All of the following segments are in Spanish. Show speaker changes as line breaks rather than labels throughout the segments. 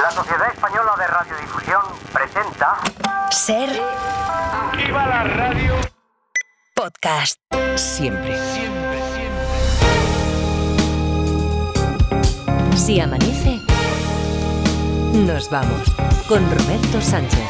La Sociedad Española de Radiodifusión presenta
Ser
¡Viva la radio!
podcast.
siempre.
Siempre, siempre.
Si amanece, nos vamos con Roberto Sánchez.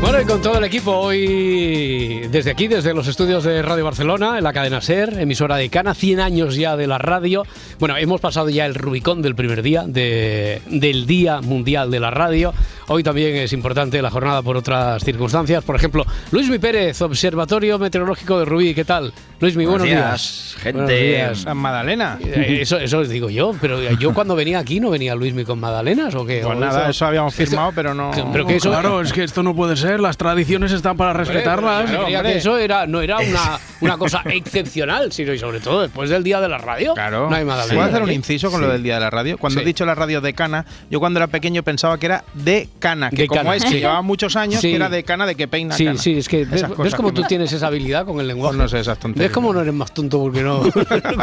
Bueno, y con todo el equipo, hoy desde aquí, desde los estudios de Radio Barcelona, en la cadena SER, emisora de Cana, 100 años ya de la radio. Bueno, hemos pasado ya el Rubicón del primer día, de- del Día Mundial de la Radio. Hoy también es importante la jornada por otras circunstancias. Por ejemplo, Luismi Pérez, Observatorio Meteorológico de Rubí, ¿qué tal? Luismi, buenos,
días, gente.
Buenos días.
San Magdalena.
Eh, Eso, eso os digo yo, pero yo cuando venía aquí no venía Luismi con Madalenas o qué.
Pues
¿O
nada, eso habíamos firmado, pero no.
Pero que eso,
Claro, es que esto no puede ser. Las tradiciones están para respetarlas.
Hombre, ¿eh? creía que eso era, no era una, una cosa excepcional, sino y sobre todo después del día de la radio.
Claro.
No hay más
¿Puedo hacer un inciso con lo del día de la radio? Cuando
Sí.
he dicho la radio de Cana, yo cuando era pequeño pensaba que era de Cana, que
Decana,
como es que
sí.
llevaba muchos años,
Sí.
que era de Cana de que peina
Sí,
Cana.
sí, es que ves,
Esas
ves
cosas
como
que
tú
me-
tienes esa habilidad con el lenguaje.
Pues no sé, esas tonterías.
Ves como no eres más tonto porque no.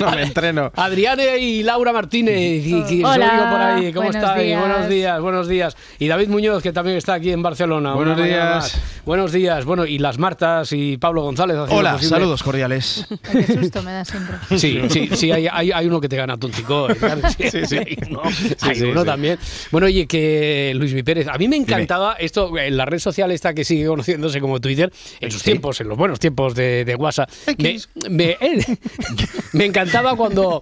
No me entreno.
Adriane y Laura Martínez, y, que os
Hola,
oigo por ahí, ¿cómo
buenos
estáis?
días.
Buenos días, buenos días. Y David Muñoz, que también está aquí en Barcelona.
Buenos
Una mañana
días.
más. Buenos días. Bueno, y las Martas y Pablo González. haciendo
Hola,
posible-
saludos cordiales.
Ay, Qué susto me da siempre.
Sí, sí, sí, hay, hay, hay uno que te gana tontico. ¿eh? Sí, sí, Hay uno, hay
sí,
uno
sí.
también. Bueno, oye, que eh, Luis Mi Pérez, a mí me encantaba esto, en la red social esta que sigue conociéndose como Twitter, en sus tiempos, en los buenos tiempos de, de WhatsApp. Me, me- eh, me encantaba cuando...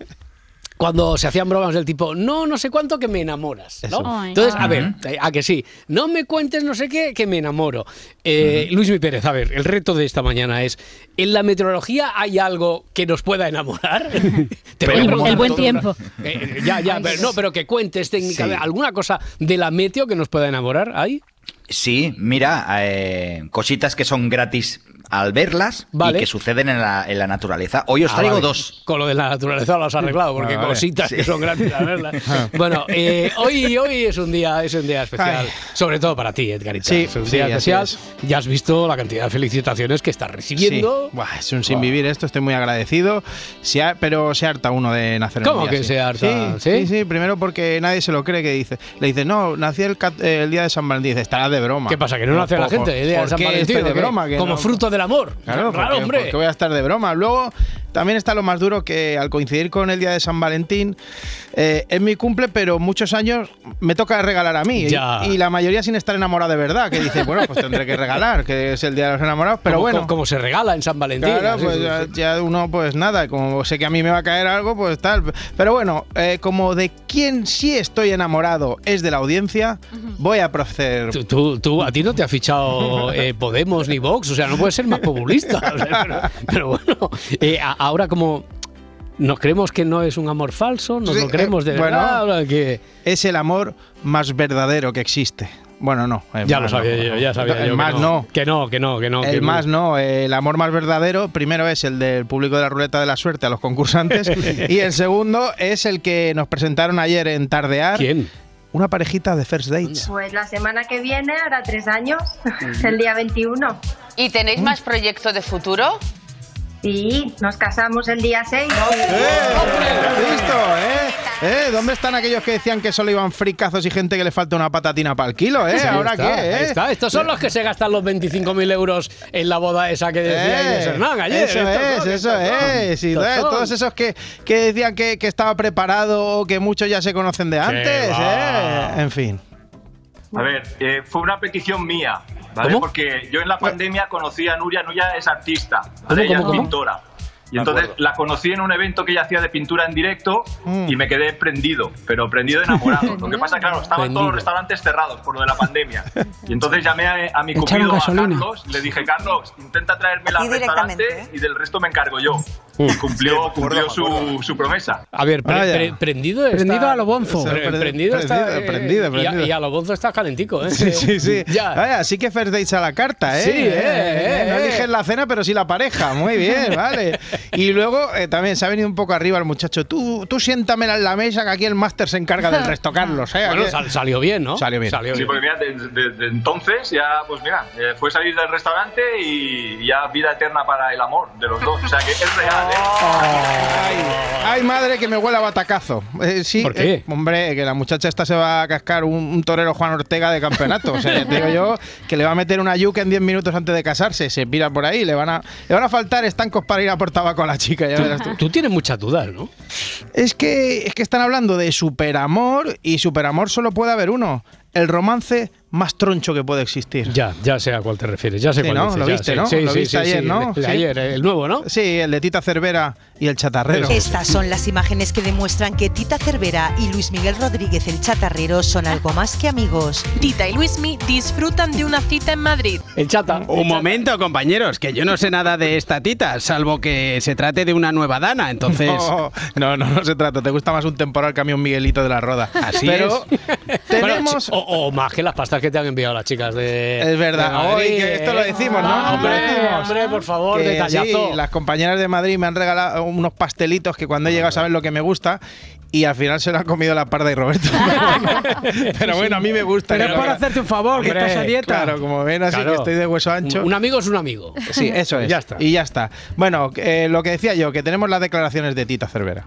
Cuando se hacían bromas del tipo, no, no sé cuánto que me enamoras. ¿no?
Eso. Ay,
Entonces, a
ay.
ver, eh, a que sí, no me cuentes no sé qué que me enamoro. Eh, Luis Mi Pérez, a ver, el reto de esta mañana es, ¿en la meteorología hay algo que nos pueda enamorar? Te voy a
El-
preguntar
el buen
todo.
tiempo.
Eh, eh, ya, ya,
Ay,
pero,
Dios.
no, pero que cuentes técnicamente
Sí.
alguna cosa de la meteo que nos pueda enamorar. ¿Hay?
Sí, mira, eh, cositas que son gratis al verlas
Vale.
y que suceden en la, en la naturaleza. Hoy os
Ah,
traigo
vale.
dos.
Con lo de la naturaleza lo has arreglado, porque
Ah, vale.
cositas que son gratis a verlas.
Ah.
bueno, eh, hoy, hoy es un día, es un día especial.
Ay.
Sobre todo para ti, Edgarita.
Sí,
es un
sí,
día
así
especial.
es.
Ya has visto la cantidad de felicitaciones que estás
Sí.
recibiendo.
Buah, es un sin vivir esto, estoy muy agradecido. Se ha- pero se harta uno de nacer en el
¿Cómo
día
que
así.
se harta?
Sí,
¿Sí?
sí, sí, primero porque nadie se lo cree que dice. Le dice, no, nací el, cat- eh, el día de San Valentín. Dice, estarás de broma.
¿Qué pasa? ¿Que no lo hace la
¿Por-
gente?
por-
el día de
¿por
San
qué
Valentín,
estoy de
¿o qué?
broma? que
Como
no-
fruto del amor.
Claro,
Raro,
porque,
hombre.
porque voy a estar de broma. Luego también está lo más duro que al coincidir con el día de San Valentín eh, es mi cumple, pero muchos años me toca regalar a mí
Ya.
y, y la mayoría sin estar enamorado de verdad, que dice bueno pues tendré que regalar, que es el día de los enamorados, pero
como,
bueno.
como, como se regala en San Valentín.
Claro,
así,
pues
sí,
ya,
sí.
ya uno, pues nada, como sé que a mí me va a caer algo, pues tal. Pero bueno, eh, como de quién sí estoy enamorado es de la audiencia, voy a proceder.
Tú, tú- tú- a ti no te ha fichado eh, Podemos ni Vox, o sea, no puedes ser más populista. o sea, pero, pero bueno, eh, a- ahora como nos creemos que no es un amor falso, nos
Sí,
lo creemos de
eh, bueno.
verdad, ahora que
es el amor más verdadero que existe. Bueno, no. el
ya lo
más
sabía
no.
yo, ya sabía yo.
El
que
más no.
Que no, que no, que no. que
El más no, el amor más verdadero, primero es el del público de la ruleta de la suerte a los concursantes y el segundo es el que nos presentaron ayer en Tardear,
¿Quién?
una parejita de first dates.
Pues la semana que viene hará tres años, el día 21.
¿Y tenéis más proyectos de futuro?
Sí, nos casamos el día 6.
¡Eh! ¡Listo, eh! eh! ¿Dónde están aquellos que decían que solo iban fricazos y gente que le falta una patatina para el kilo, eh?
Ahí
¿Ahora
está,
qué, eh?
ahí está. Estos son los que se gastan los 25.000 euros en la boda esa que decía
Eh,
Inés Hernán ayer.
Eso
Estos
es, eso
son, estos son,
es. Y
estos
eh,
son.
todos esos que, que decían que, que estaba preparado o que muchos ya se conocen de antes.
va.
eh. En fin.
A ver, eh, fue una petición mía, ¿vale?
¿Cómo?
Porque yo en la pandemia conocí a Nuria, Nuria es artista, ¿vale?
¿Cómo,
ella
¿Ah, cómo,
es
cómo?
pintora. Y entonces la conocí en un evento que ella hacía de pintura en directo
Mm.
y me quedé prendido, pero prendido enamorado. Lo que pasa, claro, estaban
Prendido.
todos los restaurantes cerrados por lo de la pandemia. Y entonces llamé a, a mi
Le echaron
cupido, a
gasolina.
Carlos, le dije, Carlos, intenta traerme
A ti
la restaurante
directamente, ¿eh?
y del resto me encargo yo. Y cumplió, cumplió su, su promesa.
A ver, pre-
Vaya.
pre- prendido está-
Prendido a lo bonzo.
Pre-
Prendido,
prendido está.
prendido, prendido,
eh,
prendido.
Y, a, y a lo bonzo está calentico, ¿eh?
Sí, sí, sí.
Ya.
Vaya, sí que first dates a la carta, ¿eh?
Sí,
Eh,
eh, eh,
no
eh.
eliges la cena, pero sí la pareja. Muy bien, vale. Y luego eh, también se ha venido un poco arriba el muchacho. Tú, tú siéntamela en la mesa que aquí el máster se encarga del resto, Carlos. ¿eh?
Bueno,
Aquí-
sal- salió bien, ¿no?
Salió bien.
Sí, porque mira, desde entonces ya, pues mira, eh, fue salir del restaurante
Oh.
y ya vida eterna para el amor de los dos. O sea que es real, ¿eh?
Ay, Ay, madre, que me huela a batacazo. Eh, sí,
¿Por qué?
eh, hombre, que la muchacha esta se va a cascar un, un torero Juan Ortega de campeonato. O sea, te digo yo que le va a meter una yuca en 10 minutos antes de casarse. Se pira por ahí, le van a, le van a faltar estancos para ir a por tabaco a la chica, ya verás tú.
Tú tienes muchas dudas, ¿no?
Es que, es que están hablando de superamor y superamor solo puede haber uno. El romance más troncho que puede existir.
Ya, ya sé a cuál te refieres, ya sé
Sí,
cuál
¿no?
dices,
Lo
ya
viste,
sé.
¿no?
Sí,
Lo
sí,
viste
sí,
ayer,
sí,
¿no?
el de
Sí.
Ayer, el nuevo, ¿no?
Sí, el de Tita Cervera y el chatarrero.
Estas son las imágenes que demuestran que Tita Cervera y Luis Miguel Rodríguez el Chatarrero son algo más que amigos.
Tita y Luismi disfrutan de una cita en Madrid.
El chata.
Un momento, compañeros, que yo no sé nada de esta tita, salvo que se trate de una nueva dana, entonces...
No, no, no, no se trata. Te gusta más un temporal camión Miguelito de la Roda.
Así
Pero tenemos.
o, o más que las pastas que te han enviado las chicas de.
Es verdad.
de Madrid,
Hoy, que esto lo
¿eh?
decimos, ¿no?
Ah,
Lo
Hombre,
decimos.
hombre, por favor,
Que
detallazo.
sí, las compañeras de Madrid me han regalado unos pastelitos que cuando he llegado saben lo que me gusta y al final se lo han comido la parda y Roberto. Pero bueno, a mí me gusta.
Pero es
Yo
para
creo-
hacerte un favor, que
Hombre,
estás a dieta.
Claro, como ven, así
Claro.
que estoy de hueso ancho.
Un amigo es un amigo.
Sí, eso es.
Ya está.
Y ya está. Bueno, eh, lo que decía yo, que tenemos las declaraciones de Tita Cervera.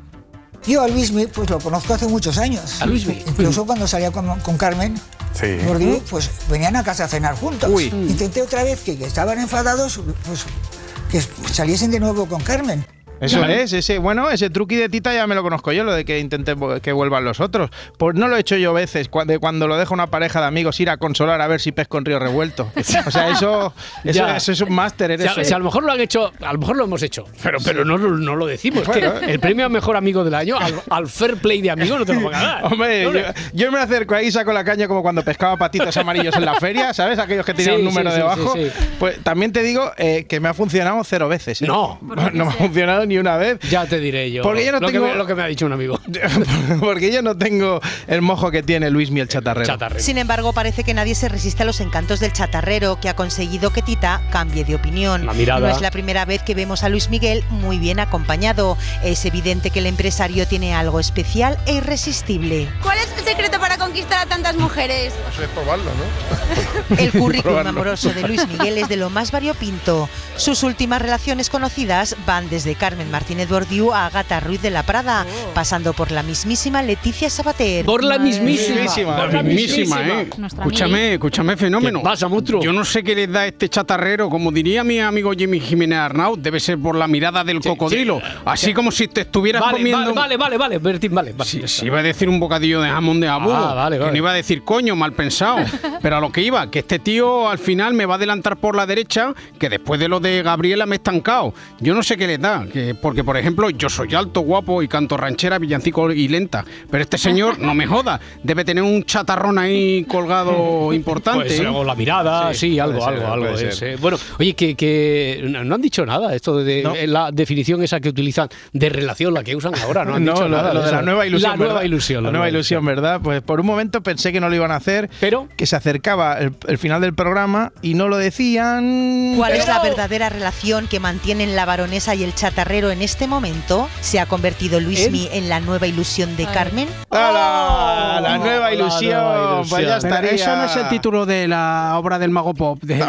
Yo a Luismi, pues lo conozco hace muchos años.
A Luismi.
Incluso cuando salía con, con Carmen.
Sí.
Gordillo, pues venían a casa a cenar juntos.
Uy.
Intenté otra vez que, que estaban enfadados, pues que saliesen de nuevo con Carmen.
Eso
Claro.
es, ese, bueno, ese truqui de Tita ya me lo conozco yo, lo de que intenté vo- que vuelvan los otros. Pues no lo he hecho yo veces, cu- de cuando lo dejo una pareja de amigos ir a consolar a ver si pesco en río revuelto. O sea, eso, eso,
Ya.
eso es un máster, ¿eh?
Si
eres.
a, si a lo mejor lo han hecho, a lo mejor lo hemos hecho, pero, pero no, lo- no lo decimos. Es
Bueno,
que
eh.
el premio a mejor amigo del año, al, al fair play de amigos, no te lo van a dar.
Hombre, yo,
Hombre.
yo me acerco ahí y saco la caña como cuando pescaba patitos amarillos en la feria, ¿sabes? Aquellos que tenían
Sí,
un número
sí, sí,
debajo.
sí, sí.
Pues también te digo eh, que me ha funcionado cero veces. ¿eh?
No.
no me ha funcionado ni una vez.
Ya te diré yo.
Porque yo no
lo
tengo-
Que me, lo que me ha dicho un amigo.
Porque yo no tengo el mojo que tiene Luis Miel Chatarrero.
Sin embargo, parece que nadie se resiste a los encantos del chatarrero, que ha conseguido que Tita cambie de opinión.
La mirada.
No es la primera vez que vemos a Luis Miguel muy bien acompañado. Es evidente que el empresario tiene algo especial e irresistible.
¿Cuál es el secreto para conquistar a tantas mujeres?
Es probarlo, ¿no?
El currículum
Probarlo.
amoroso de Luis Miguel es de lo más variopinto. Sus últimas relaciones conocidas van desde Carmen Martínez Bordiú a Agatha Ruiz de la Prada,
Oh.
pasando por la mismísima Leticia Sabater.
Por la mismísima.
Eh, La mismísima, ¿eh? Escúchame, escúchame, fenómeno.
pasa, monstruo?
Yo no sé qué les da a este chatarrero, como diría mi amigo Jimmy Jiménez Arnaud, debe ser por la mirada del cocodrilo. Así como si te estuvieras
Vale,
comiendo.
vale, vale, vale, vale, Bertín, vale. vale.
Si, si iba a decir un bocadillo de jamón de abuelo,
Ah, vale,
que
vale.
no iba a decir coño, mal pensado. Pero a lo que iba, que este tío al final me va a adelantar por la derecha, que después de lo de Gabriela me he estancado. Yo no sé qué le da, que, porque por ejemplo yo soy alto, guapo y canto ranchera, villancico y lenta. Pero este señor, no me joda, debe tener un chatarrón ahí colgado importante.
Pues,
¿eh?
o la mirada, sí, algo,
puede ser,
algo, algo.
puede
es,
ser.
eh. Bueno, oye, que, que no no han dicho nada esto de, de-
No.
eh, la definición esa que utilizan de relación, la que usan ahora, no han
No,
dicho
lo,
nada
lo de
eso.
la nueva ilusión.
La nueva
¿verdad?
ilusión.
La nueva ilusión, ¿verdad? Pues por un momento pensé que no lo iban a hacer,
pero
que se acercaba el, el final del programa y no lo decían.
¿Cuál es la verdadera relación que mantienen la baronesa y el chatarrero en este momento? ¿Se ha convertido Luismi en la nueva ilusión de Carmen?
¡Hala! ¡Ah! La nueva ilusión. Pues
Pero
ya estaría.
eso no es el título de la obra del mago pop. de-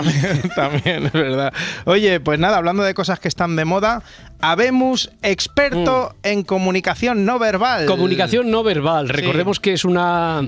También, es verdad. Oye, pues nada, hablando de cosas que están de moda, habemos experto
Mm.
en comunicación no verbal.
Comunicación no verbal. Recordemos que es una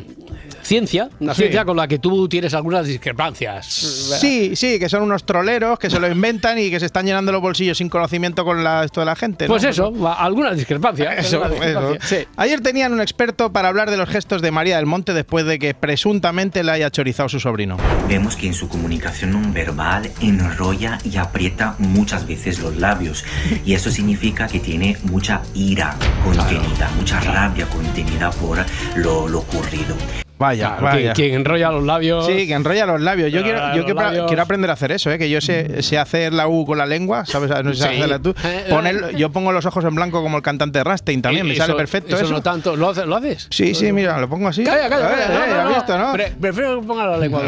ciencia, una
Sí.
ciencia con la que tú tienes algunas discrepancias.
Sí, sí, que son unos troleros que se lo inventan y que se están llenando los bolsillos sin conocimiento con la, esto de la gente. ¿no?
Pues eso, va- algunas discrepancias.
Eso,
algunas
eso.
discrepancias.
Ayer tenían un experto para hablar de los gestos de María del Monte después de que presuntamente la haya chorizado su sobrino.
Vemos que en su comunicación no verbal enrolla y aprieta muchas veces los labios. Y eso significa que tiene mucha ira contenida, mucha rabia contenida por lo, lo ocurrido.
Vaya,
Claro, quien-
vaya.
quien enrolla los labios.
Sí, que enrolla los labios. Yo,
Enrolla
quiero, yo
los
que pra-
labios.
quiero aprender a hacer eso, ¿eh? que yo sé, sé hacer la U con la lengua, ¿sabes? No sé
Sí.
hacerla tú.
Eh,
Poner- yo pongo los ojos en blanco como el cantante de Rastein también, me
Eso-
sale perfecto eso.
no tanto. ¿Lo haces? ¿Lo haces?
Sí, sí, mira, lo pongo así.
Calla, calla,
A ver,
calla.
eh,
No, no,
¿has
no.
visto, no?
Pre- Prefiero que ponga la lengua.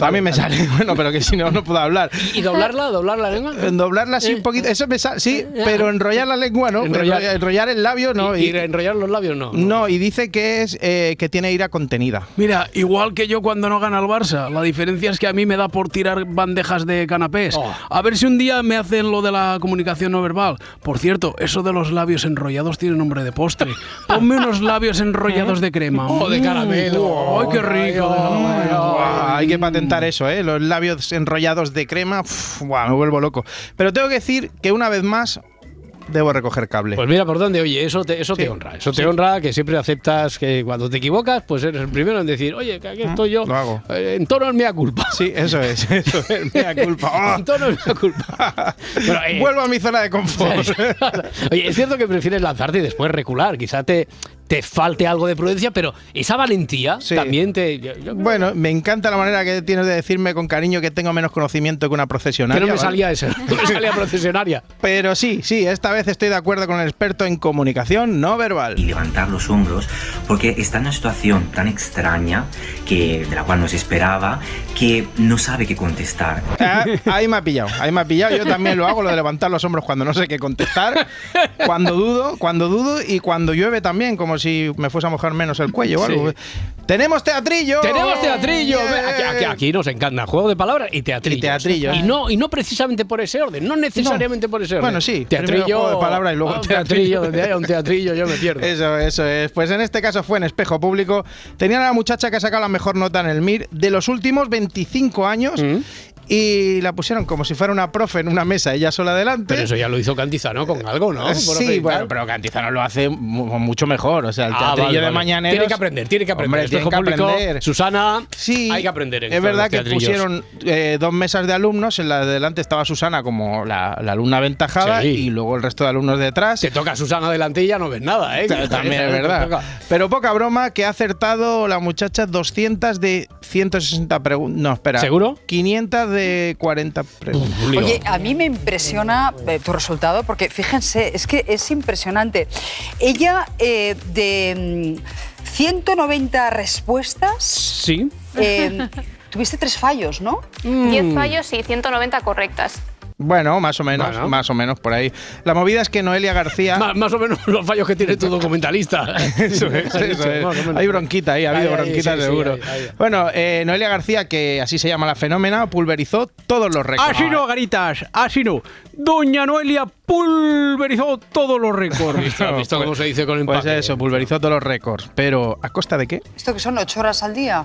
A mí me sale, bueno, pero que si no, no puedo hablar.
¿Y doblarla? Eh. ¿Doblar la lengua?
Doblarla sí un poquito, eso me sale, sí, pero enrollar la lengua no, enrollar,
Enrollar.
el labio no.
Y- y enrollar los labios no.
No, y dice que es eh, que tiene ira contenida.
Mira, igual que yo cuando no gana el Barça, la diferencia es que a mí me da por tirar bandejas de canapés.
Oh.
A ver si un día me hacen lo de la comunicación no verbal. Por cierto, eso de los labios enrollados tiene nombre de postre. Ponme unos labios enrollados de crema.
O Oh, de
Mm,
caramelo.
¡Ay, qué rico! de caramelo.
Ah,
Buah, hay que patentar eso, ¿eh? Los labios enrollados de crema, pf, buah, me vuelvo loco. Pero tengo que decir que una vez más debo recoger cable.
Pues mira por dónde, oye, eso te, eso te honra. Eso te honra que siempre aceptas que cuando te equivocas, pues eres el primero en decir, oye, que aquí estoy yo.
Ah, Lo hago.
eh, En tono es mea culpa.
Sí, eso es. Eso es mea culpa. Ah.
en tono es mea culpa. Pero, eh,
Vuelvo a mi zona de confort.
oye, es cierto que prefieres lanzarte y después recular. Quizá te, te falte algo de prudencia, pero esa valentía también te. yo- yo-
Bueno, me encanta la manera que tienes de decirme con cariño que tengo menos conocimiento que una
que
profesional.
no me salía eso. No me salía procesionaria.
Pero sí, sí, esta vez estoy de acuerdo con el experto en comunicación no verbal.
y levantar los hombros porque está en una situación tan extraña que de la cual no se esperaba que no sabe qué contestar.
Ah, ahí me ha pillado, ahí me ha pillado. Yo también lo hago, lo de levantar los hombros cuando no sé qué contestar, cuando dudo, cuando dudo y cuando llueve también, como si me fuese a mojar menos el cuello o algo.
Sí.
¡Tenemos teatrillo!
Tenemos teatrillo.
Yeah.
Aquí, aquí- aquí nos encanta. Juego de palabras y teatrillo. Y,
teatrillos.
no, y no precisamente por ese orden. No necesariamente por ese orden.
Bueno, sí,
Teatrillo.
primero juego de palabras y luego
Ah, un teatrillo. donde haya un teatrillo, yo me pierdo.
Eso, eso es. Pues en este caso fue en espejo público. Tenían a la muchacha que ha sacado la mejor nota en el MIR de los últimos 25 años
Mm.
y la pusieron como si fuera una profe en una mesa, ella sola delante.
Pero eso ya lo hizo Cantizano con algo, ¿no? Por
Sí,
acreditar.
bueno, pero Cantizano lo hace mu- mucho mejor. O sea, el
Ah,
teatrillo
vale,
de
vale.
mañaneros.
Tiene que aprender, tiene que aprender.
Hombre,
Espejo
tiene que
público,
aprender.
Susana,
Sí,
hay que aprender. en
Es
esto de
verdad
los
que
teatrillos.
pusieron eh, dos mesas de alumnos. En la de delante estaba Susana como la, la alumna aventajada
Sí.
y luego el resto de alumnos detrás.
Te toca Susana delante y ya no ves nada, ¿eh?
Ta- También
Te
es verdad.
toca.
Pero poca broma que ha acertado la muchacha 200 de 160 preguntas. No, espera.
¿Seguro?
500 de 40 preguntas.
Oye, a mí me impresiona eh, tu resultado porque fíjense, es que es impresionante. Ella eh, de mm, 190 respuestas,
Sí.
eh, tuviste tres fallos, ¿no?
Mm.
10 fallos y 190 correctas.
Bueno, más o menos,
Bueno.
más o menos por ahí. La movida es que Noelia García.
Más, más o menos los fallos que tiene tu documentalista.
Eso es, eso es.
Más o menos.
Hay bronquita ahí, ha habido
Ahí, ahí,
bronquita
sí, sí,
seguro.
ahí, ahí.
Bueno, eh, Noelia García, que así se llama la fenómena, pulverizó todos los
¡Ah,
récords.
Así no, garitas, así no. Doña Noelia pulverizó todos los récords.
¿Has visto cómo se dice con
Pues
empaque?
eso, pulverizó todos los récords. Pero, ¿a costa de qué?
¿Esto que son ocho horas al día?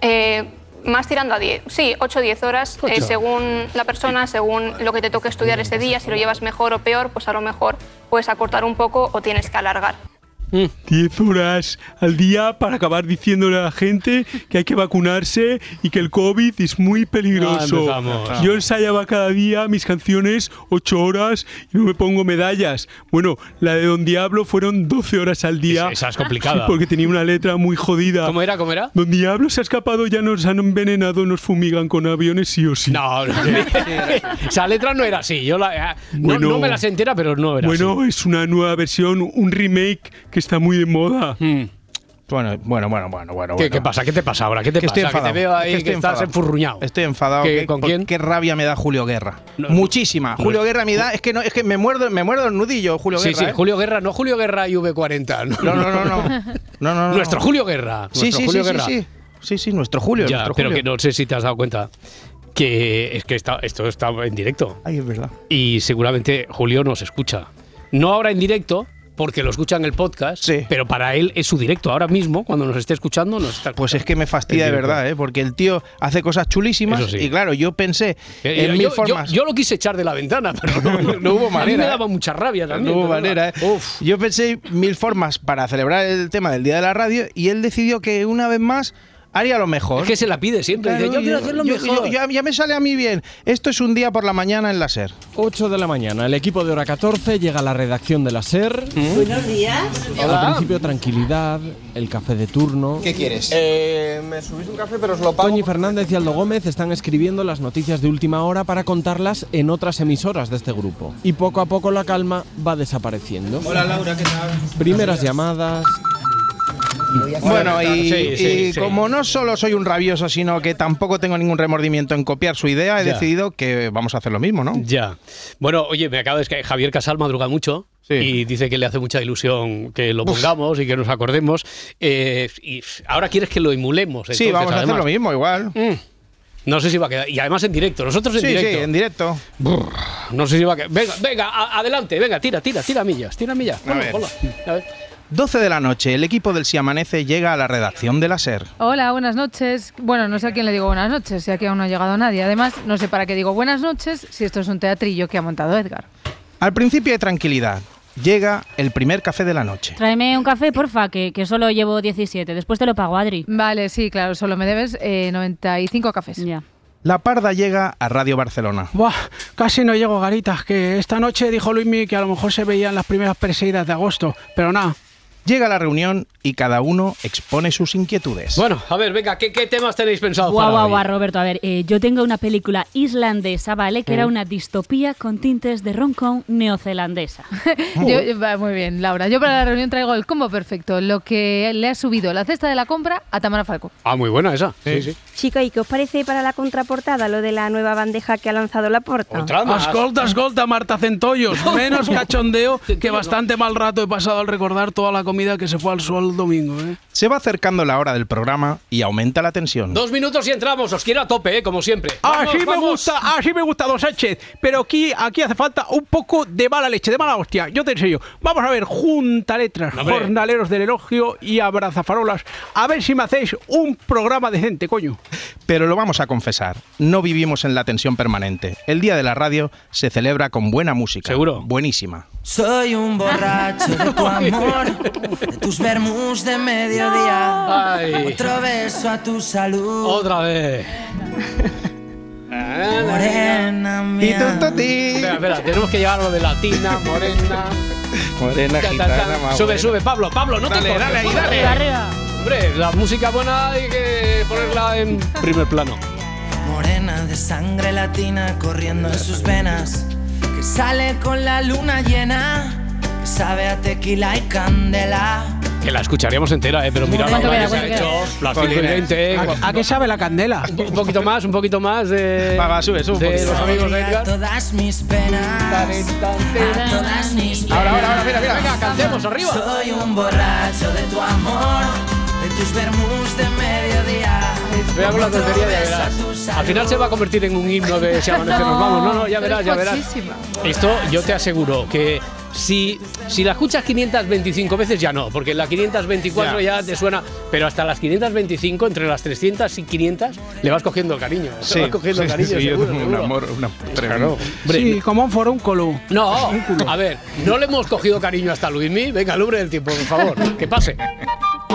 Eh, más tirando a 10, sí, 8 o 10 horas, eh,
Ocho.
según la persona, según lo que te toque estudiar ese día, si lo llevas mejor o peor, pues a lo mejor puedes acortar un poco o tienes que alargar.
10 horas al día para acabar diciéndole a la gente que hay que vacunarse y que el COVID es muy
Ah,
peligroso.
empezamos.
Yo ensayaba cada día mis canciones 8 horas y no me pongo medallas. Bueno, la de Don Diablo fueron 12 horas al día.
Esa es complicada.
Porque tenía una letra muy jodida.
¿Cómo era? ¿Cómo era?
Don Diablo se ha escapado, ya nos han envenenado, nos fumigan con aviones sí o sí.
No, Esa letra no era así. Yo la, ah, no,
Bueno.
no me las entera, pero no era
Bueno, es una nueva versión, un remake que está muy de moda.
Hmm.
Bueno, bueno, bueno, bueno, bueno.
así. ¿Qué, qué pasa? ¿Qué te pasa ahora? ¿Qué te
Que
pasa?
estoy enfadado.
Que te veo ahí
Es
que,
estoy
estás
enfadado.
enfurruñado.
Estoy enfadado.
¿Qué-
¿Qué,
con
por-
quién?
qué rabia me da Julio Guerra? Muchísima. Julio Guerra me da. Es que no, es que me muerdo, me muerdo el nudillo, Julio
sí,
Guerra.
sí,
¿eh?
Julio Guerra, no Julio Guerra y V40. No,
no, no, no. no, no, no, no.
Nuestro Julio Guerra.
Sí,
nuestro
sí,
Julio
sí,
Guerra.
sí, sí. Sí, sí, nuestro Julio.
Ya,
nuestro
pero
Julio.
que no sé si te has dado cuenta que es que está, esto está en directo.
Ay, es verdad.
Y seguramente Julio nos escucha. No ahora en directo, porque lo escucha en el podcast, pero para él es su directo. Ahora mismo, cuando nos esté escuchando, nos está
Pues es que me fastidia de verdad, ¿eh? porque el tío hace cosas chulísimas
Eso sí.
y claro, yo pensé
Eh,
en
yo-
mil
yo,
formas.
yo lo quise echar de la ventana, pero no,
no hubo
A mí
manera,
me
¿eh?
daba mucha rabia también.
No hubo
de verdad.
manera, ¿eh? Yo pensé mil formas para celebrar el tema del Día de la Radio y él decidió que una vez más haría lo mejor.
Es que se la pide siempre.
Claro,
dice, yo, quiero hacerlo
yo- yo-
mejor.
ya, ya me sale a mí bien. Esto es un día por la mañana en la SER.
8 de la mañana, el equipo de Hora 14 llega a la redacción de la SER.
¿Mm?
Buenos días.
Al principio tranquilidad, el café de turno.
Eh, me subís un café, pero os lo pago.
Toñi Fernández y Aldo Gómez están escribiendo las noticias de última hora para contarlas en otras emisoras de este grupo. Y poco a poco la calma va desapareciendo.
¿qué tal?
Primeras llamadas.
Bueno, y,
Sí, sí,
y
sí.
como no solo soy un rabioso, sino que tampoco tengo ningún remordimiento en copiar su idea, he
Ya.
decidido que vamos a hacer lo mismo, ¿no?
Ya. Bueno, oye, me acaba de... es que Javier Casal madruga mucho y dice que le hace mucha ilusión que lo pongamos y que nos acordemos. Eh, y ahora quieres que Mm. lo emulemos.
sí,
entonces,
vamos a hacer
además.
lo mismo, igual.
No sé si va a quedar. Y además en directo, nosotros en
sí,
directo.
sí, en directo.
No sé si va a quedar. Venga, venga, a- adelante, venga, tira, tira, tira millas, tira millas. Ponlo,
ver.
ponlo. A ver.
12 de la noche, el equipo del Si Amanece llega a la redacción de la SER.
Hola, buenas noches. Bueno, no sé a quién le digo buenas noches, si aquí aún no ha llegado nadie. Además, no sé para qué digo buenas noches si esto es un teatrillo que ha montado Edgar.
Al principio hay tranquilidad. Llega el primer café de la noche.
Tráeme un café, porfa, que, que solo llevo 17. Después te lo pago, Adri.
Vale, sí, claro, solo me debes eh, 95 cafés.
Ya.
La parda llega a Radio Barcelona.
Buah, casi no llego, Garitas, que esta noche dijo Luismi que a lo mejor se veían las primeras perseguidas de agosto, pero nada.
Llega la reunión y cada uno expone sus inquietudes.
Bueno, a ver, venga, ¿qué, qué temas tenéis pensado
Guau,
para
guau,
hoy?
guau, Roberto. A ver, eh, yo tengo una película islandesa, ¿vale? Que era
Mm.
una distopía con tintes de rom com neozelandesa.
Yo- yo- va, muy bien, Laura. Yo para la reunión traigo el combo perfecto, lo que le ha subido la cesta de la compra a Tamara Falco.
Ah, muy buena esa. Sí, sí.
Chica, ¿y qué os parece para la contraportada lo de la nueva bandeja que ha lanzado la porta?
Ascolta, ascolta, Marta Centollos. Menos cachondeo que bastante mal rato he pasado al recordar toda la comida que se fue al sol el domingo, ¿eh?
Se va acercando la hora del programa y aumenta la tensión.
Dos minutos y entramos, os quiero a tope, eh, como siempre. Vamos,
Así me
vamos.
gusta, así me gusta, Don Sánchez. Pero aquí, aquí hace falta un poco de mala leche, de mala hostia. Yo te enseño. Vamos a ver, junta letras,
Hombre.
jornaleros del elogio y abrazafarolas. A ver si me hacéis un programa decente, coño.
Pero lo vamos a confesar, no vivimos en la tensión permanente. El Día de la Radio se celebra con buena música. Seguro. Buenísima.
Soy un borracho de tu amor, de tus vermús de mediodía.
Ay.
Otro beso a tu salud.
Otra vez.
Morena mía.
Espera, espera, tenemos que llevar lo de latina, morena.
Morena,
Ta, ta, ta. Sube, sube, Pablo, Pablo, no
Dale,
te cortes,
dale ahí,
Pablo.
dale. Arriba, arriba.
Hombre, la música buena hay que ponerla en primer plano.
Morena de sangre latina corriendo en sus venas. Que sale con la luna llena. Que sabe a tequila y candela.
Que la escucharíamos entera, eh, pero mira la
¿Cuánto
hora que
queda,
se ha
cuánto
hecho. Ah,
queda?
Las cinco y
Jolines.
eh,
veinte.
¿A-
qué sabe la candela? Un poquito más, un poquito más de.
Va, va, sube, sube un
De
poquito.
los amigos de
A
Edgar.
todas mis penas. A todas mis penas.
Ahora, ahora, ahora, mira, mira. Venga, cantemos, arriba.
Soy un borracho de tu amor. De tus vermús de mediodía.
Vea con la
Otro
tontería, ya
beso a
verás.
tu
Al final se va a convertir en un himno de Si amanece nos vamos. No, no, ya verás, ya verás. Esto yo te aseguro que si, si la escuchas 525 veces ya no, porque la 524 ya. te suena, pero hasta las 525, entre las 300 y 500, le vas cogiendo cariño. eh, le vas cogiendo cariño,
sí,
seguro,
un
seguro.
amor, una
Claro. Hombre,
Sí, como un forúnculo.
No, a ver, no le hemos cogido cariño hasta Luismi. Venga, lumbre del tiempo, por favor, que pase.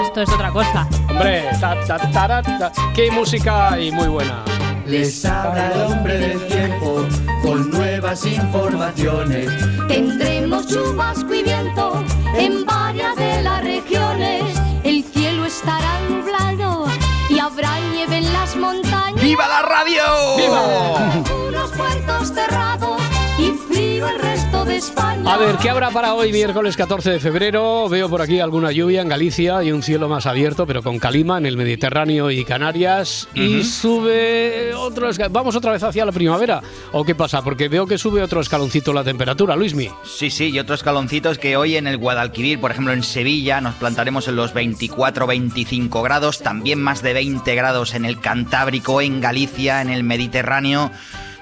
Esto es otra cosa.
Hombre, ta, ta, tara, ta. qué música y muy buena.
Les habla el hombre del tiempo con nuevas informaciones.
Tendremos chubasco y viento en varias de las regiones. El cielo estará nublado y habrá nieve en las montañas.
¡Viva la radio!
¡Oh!
¡Viva! Unos puertos cerrados y frío el resto de España.
A ver, ¿qué habrá para hoy miércoles 14 de febrero? Veo por aquí alguna lluvia en Galicia y un cielo más abierto, pero con calima en el Mediterráneo y Canarias. Y
Ujú.
sube otro esca- ¿Vamos otra vez hacia la primavera? ¿O qué pasa? Porque veo que sube otro escaloncito la temperatura, Luismi.
Sí, sí, y otros caloncitos que hoy en el Guadalquivir, por ejemplo en Sevilla, nos plantaremos en los 24-25 grados, también más de 20 grados en el Cantábrico, en Galicia, en el Mediterráneo.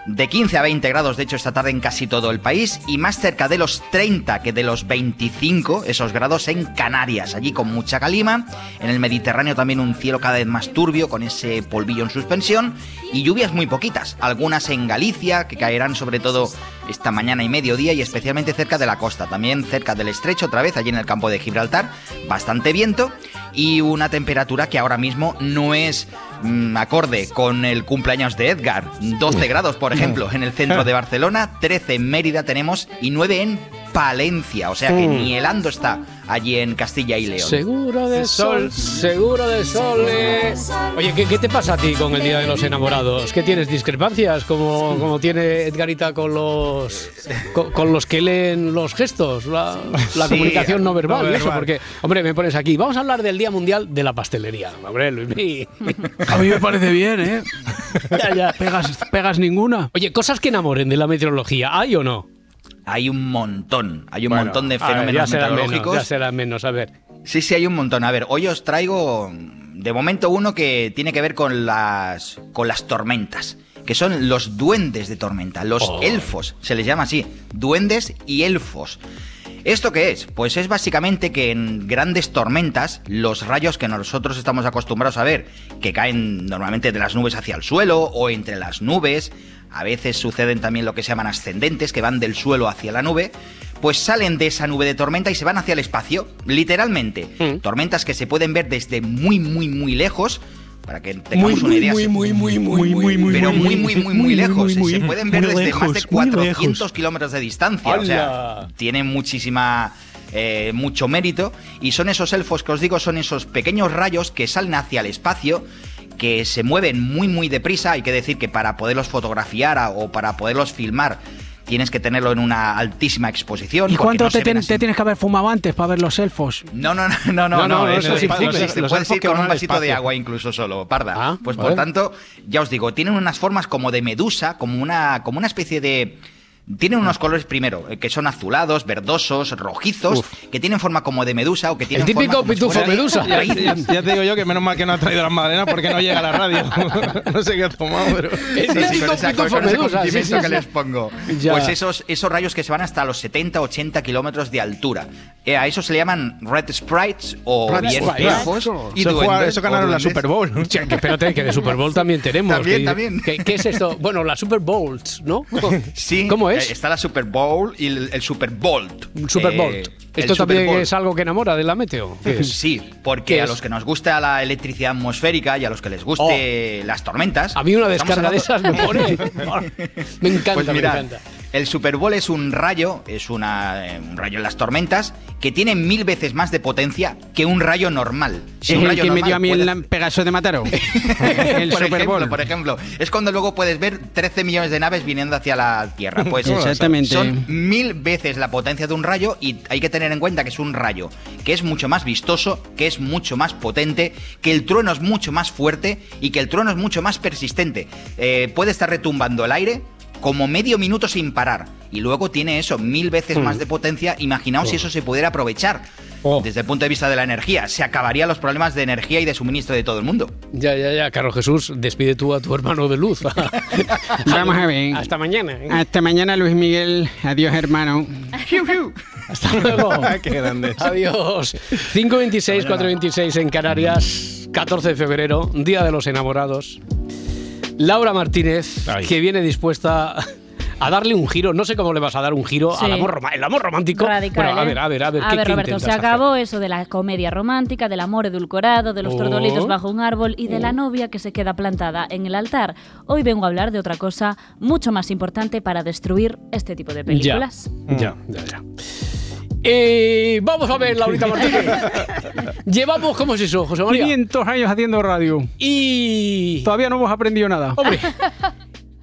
De 15 a 20 grados, de hecho, esta tarde en casi todo el país y más cerca de los 30 que de los 25, esos grados en Canarias, allí con mucha calima. En el Mediterráneo también un cielo cada vez más turbio con ese polvillo en suspensión y lluvias muy poquitas, algunas en Galicia que caerán sobre todo esta mañana y mediodía y especialmente cerca de la costa, también cerca del estrecho, otra vez allí en el campo de Gibraltar, bastante viento y una temperatura que ahora mismo no es mm, acorde con el cumpleaños de Edgar. 12 grados, por ejemplo, en el centro de Barcelona, 13 en Mérida tenemos y 9 en Palencia. O sea que
Mm.
ni helando está allí en Castilla y León.
Seguro de sol, seguro de sol. eh. Oye, ¿qué, qué te pasa a ti con el Día de los Enamorados? ¿Qué tienes discrepancias como, como tiene Edgarita con los con, con los que leen los gestos, la, la
Sí,
comunicación no verbal?
no
y eso,
verbal.
porque, hombre, me pones aquí. Vamos a hablar del Día Mundial de la Pastelería. Hombre, Luis.
A mí me parece bien, ¿eh?
ya, ya. Pegas, pegas ninguna. Oye, cosas que enamoren de la meteorología, ¿hay o no?
Hay un montón, hay un
Bueno,
montón de
a ver, ya
fenómenos
serán menos,
meteorológicos.
ya serán menos, a ver.
Sí, sí, hay un montón. A ver, hoy os traigo de momento uno que tiene que ver con las con las tormentas, que son los duendes de tormenta, los
Oh.
elfos, se les llama así, duendes y elfos. ¿Esto qué es? Pues es básicamente que en grandes tormentas, los rayos que nosotros estamos acostumbrados a ver, que caen normalmente de las nubes hacia el suelo o entre las nubes, a veces suceden también lo que se llaman ascendentes, que van del suelo hacia la nube, pues salen de esa nube de tormenta y se van hacia el espacio, literalmente.
Mm.
Tormentas que se pueden ver desde muy, muy, muy lejos. Para que tengamos una idea, se-
muy, muy, muy, muy,
pero muy, muy, muy, muy lejos. se pueden ver
muy
desde más de
lejos, muy lejos.
400 kilómetros de distancia. O sea, tienen muchísima. eh, mucho mérito. Y son esos elfos que os digo, son esos pequeños rayos que salen hacia el espacio. Que se mueven muy, muy deprisa. Hay que decir que para poderlos fotografiar a- o para poderlos filmar. Tienes que tenerlo en una altísima exposición.
¿Y
porque
cuánto
no se
te,
ven
ten-
así.
te tienes que haber fumado antes para ver los elfos?
No, no, no, no, no,
No, no,
no,
eso
eso
sí
sí,
funciona.
existe.
Los
Puedes
elfos
ir
que
con
van
un
al
vasito de
espacio.
agua incluso solo, parda. pues
vale.
por tanto, ya os digo, tienen unas formas como de medusa, como una, como una especie de... Tienen unos colores primero, eh, que son azulados, verdosos, rojizos, que tienen forma como de medusa o que tienen forma como si fuera de
Ya,
raíces.
ya- ya te digo yo que menos mal que no ha traído las magdalenas porque no llega a la radio. no sé qué ha tomado, pero.
Sí, sí, con esa- con ese condimento que les pongo.
Ya.
Pues esos, esos rayos que se van hasta los 70-80 kilómetros de altura. Eh, a eso se le llaman Red Sprites o
Red
bien
Sprites.
elfos
Ah,
y
Eso juega-
duendes
eso
o
ganaron la
duendes.
Super Bowl.
Che, que espérate, que de Super Bowl también tenemos.
También,
que-
también.
que- ¿Qué es esto? Bueno, la Super Bowls, ¿no?
Sí,
¿Cómo es?
eh, Está la Super Bowl y el, el Super Bolt.
Un Super
Eh,
Bowl.
el Super
¿Esto también
Bolt.
es algo que enamora de la meteo? ¿Qué es?
Sí,
¿Qué
porque a
es?
los que nos gusta la electricidad atmosférica y a los que les guste las tormentas.
Oh. A mí una
estamos
descarga de esas me
hablando-
pone. Me encanta,
Pues
me
mirad,
encanta.
El Super Bowl es un rayo, es una, eh, un rayo en las tormentas que tiene mil veces más de potencia que un rayo normal. Si
es
un
el
rayo
que me
normal
dio a mí
puede-
el lam- Pegaso de Mataro. el
por
Super
ejemplo,
Bowl.
por ejemplo. Es cuando luego puedes ver 13 millones de naves viniendo hacia la Tierra. Pues
Exactamente.
Son mil veces la potencia de un rayo y hay que tener en cuenta que es un rayo que es mucho más vistoso, que es mucho más potente, que el trueno es mucho más fuerte y que el trueno es mucho más persistente. Eh, puede estar retumbando el aire como medio minuto sin parar. Y luego tiene eso, mil veces
Mm.
más de potencia. Imaginaos si
Oh.
eso se pudiera aprovechar. Desde el punto de vista de la energía, se acabarían los problemas de energía y de suministro de todo el mundo.
Ya, ya, ya, Carlos Jesús, despide tú a tu hermano de luz.
Vamos a ver.
Hasta mañana.
Hasta mañana, Luis Miguel. Adiós, hermano.
Hasta luego.
Qué grande.
Adiós. 526, 426 en Canarias, 14 de febrero, Día de los Enamorados. Laura Martínez, que viene dispuesta a darle un giro, no sé cómo le vas a dar un giro
Sí.
al amor, roma- el amor romántico.
Radical,
Bueno, a
¿eh?
ver, a ver, a ver, ¿qué, qué
Roberto, se
intentas hacer?
acabó eso de la comedia romántica, del amor edulcorado, de los
Oh.
tordolitos bajo un árbol y de la novia que se queda plantada en el altar. Hoy vengo a hablar de otra cosa mucho más importante para destruir este tipo de películas.
Ya, ya, ya. Eh, vamos a ver, Laurita Martínez. Llevamos, ¿cómo es eso, José María?
500 años haciendo radio.
Y.
Todavía no hemos aprendido nada.
Hombre.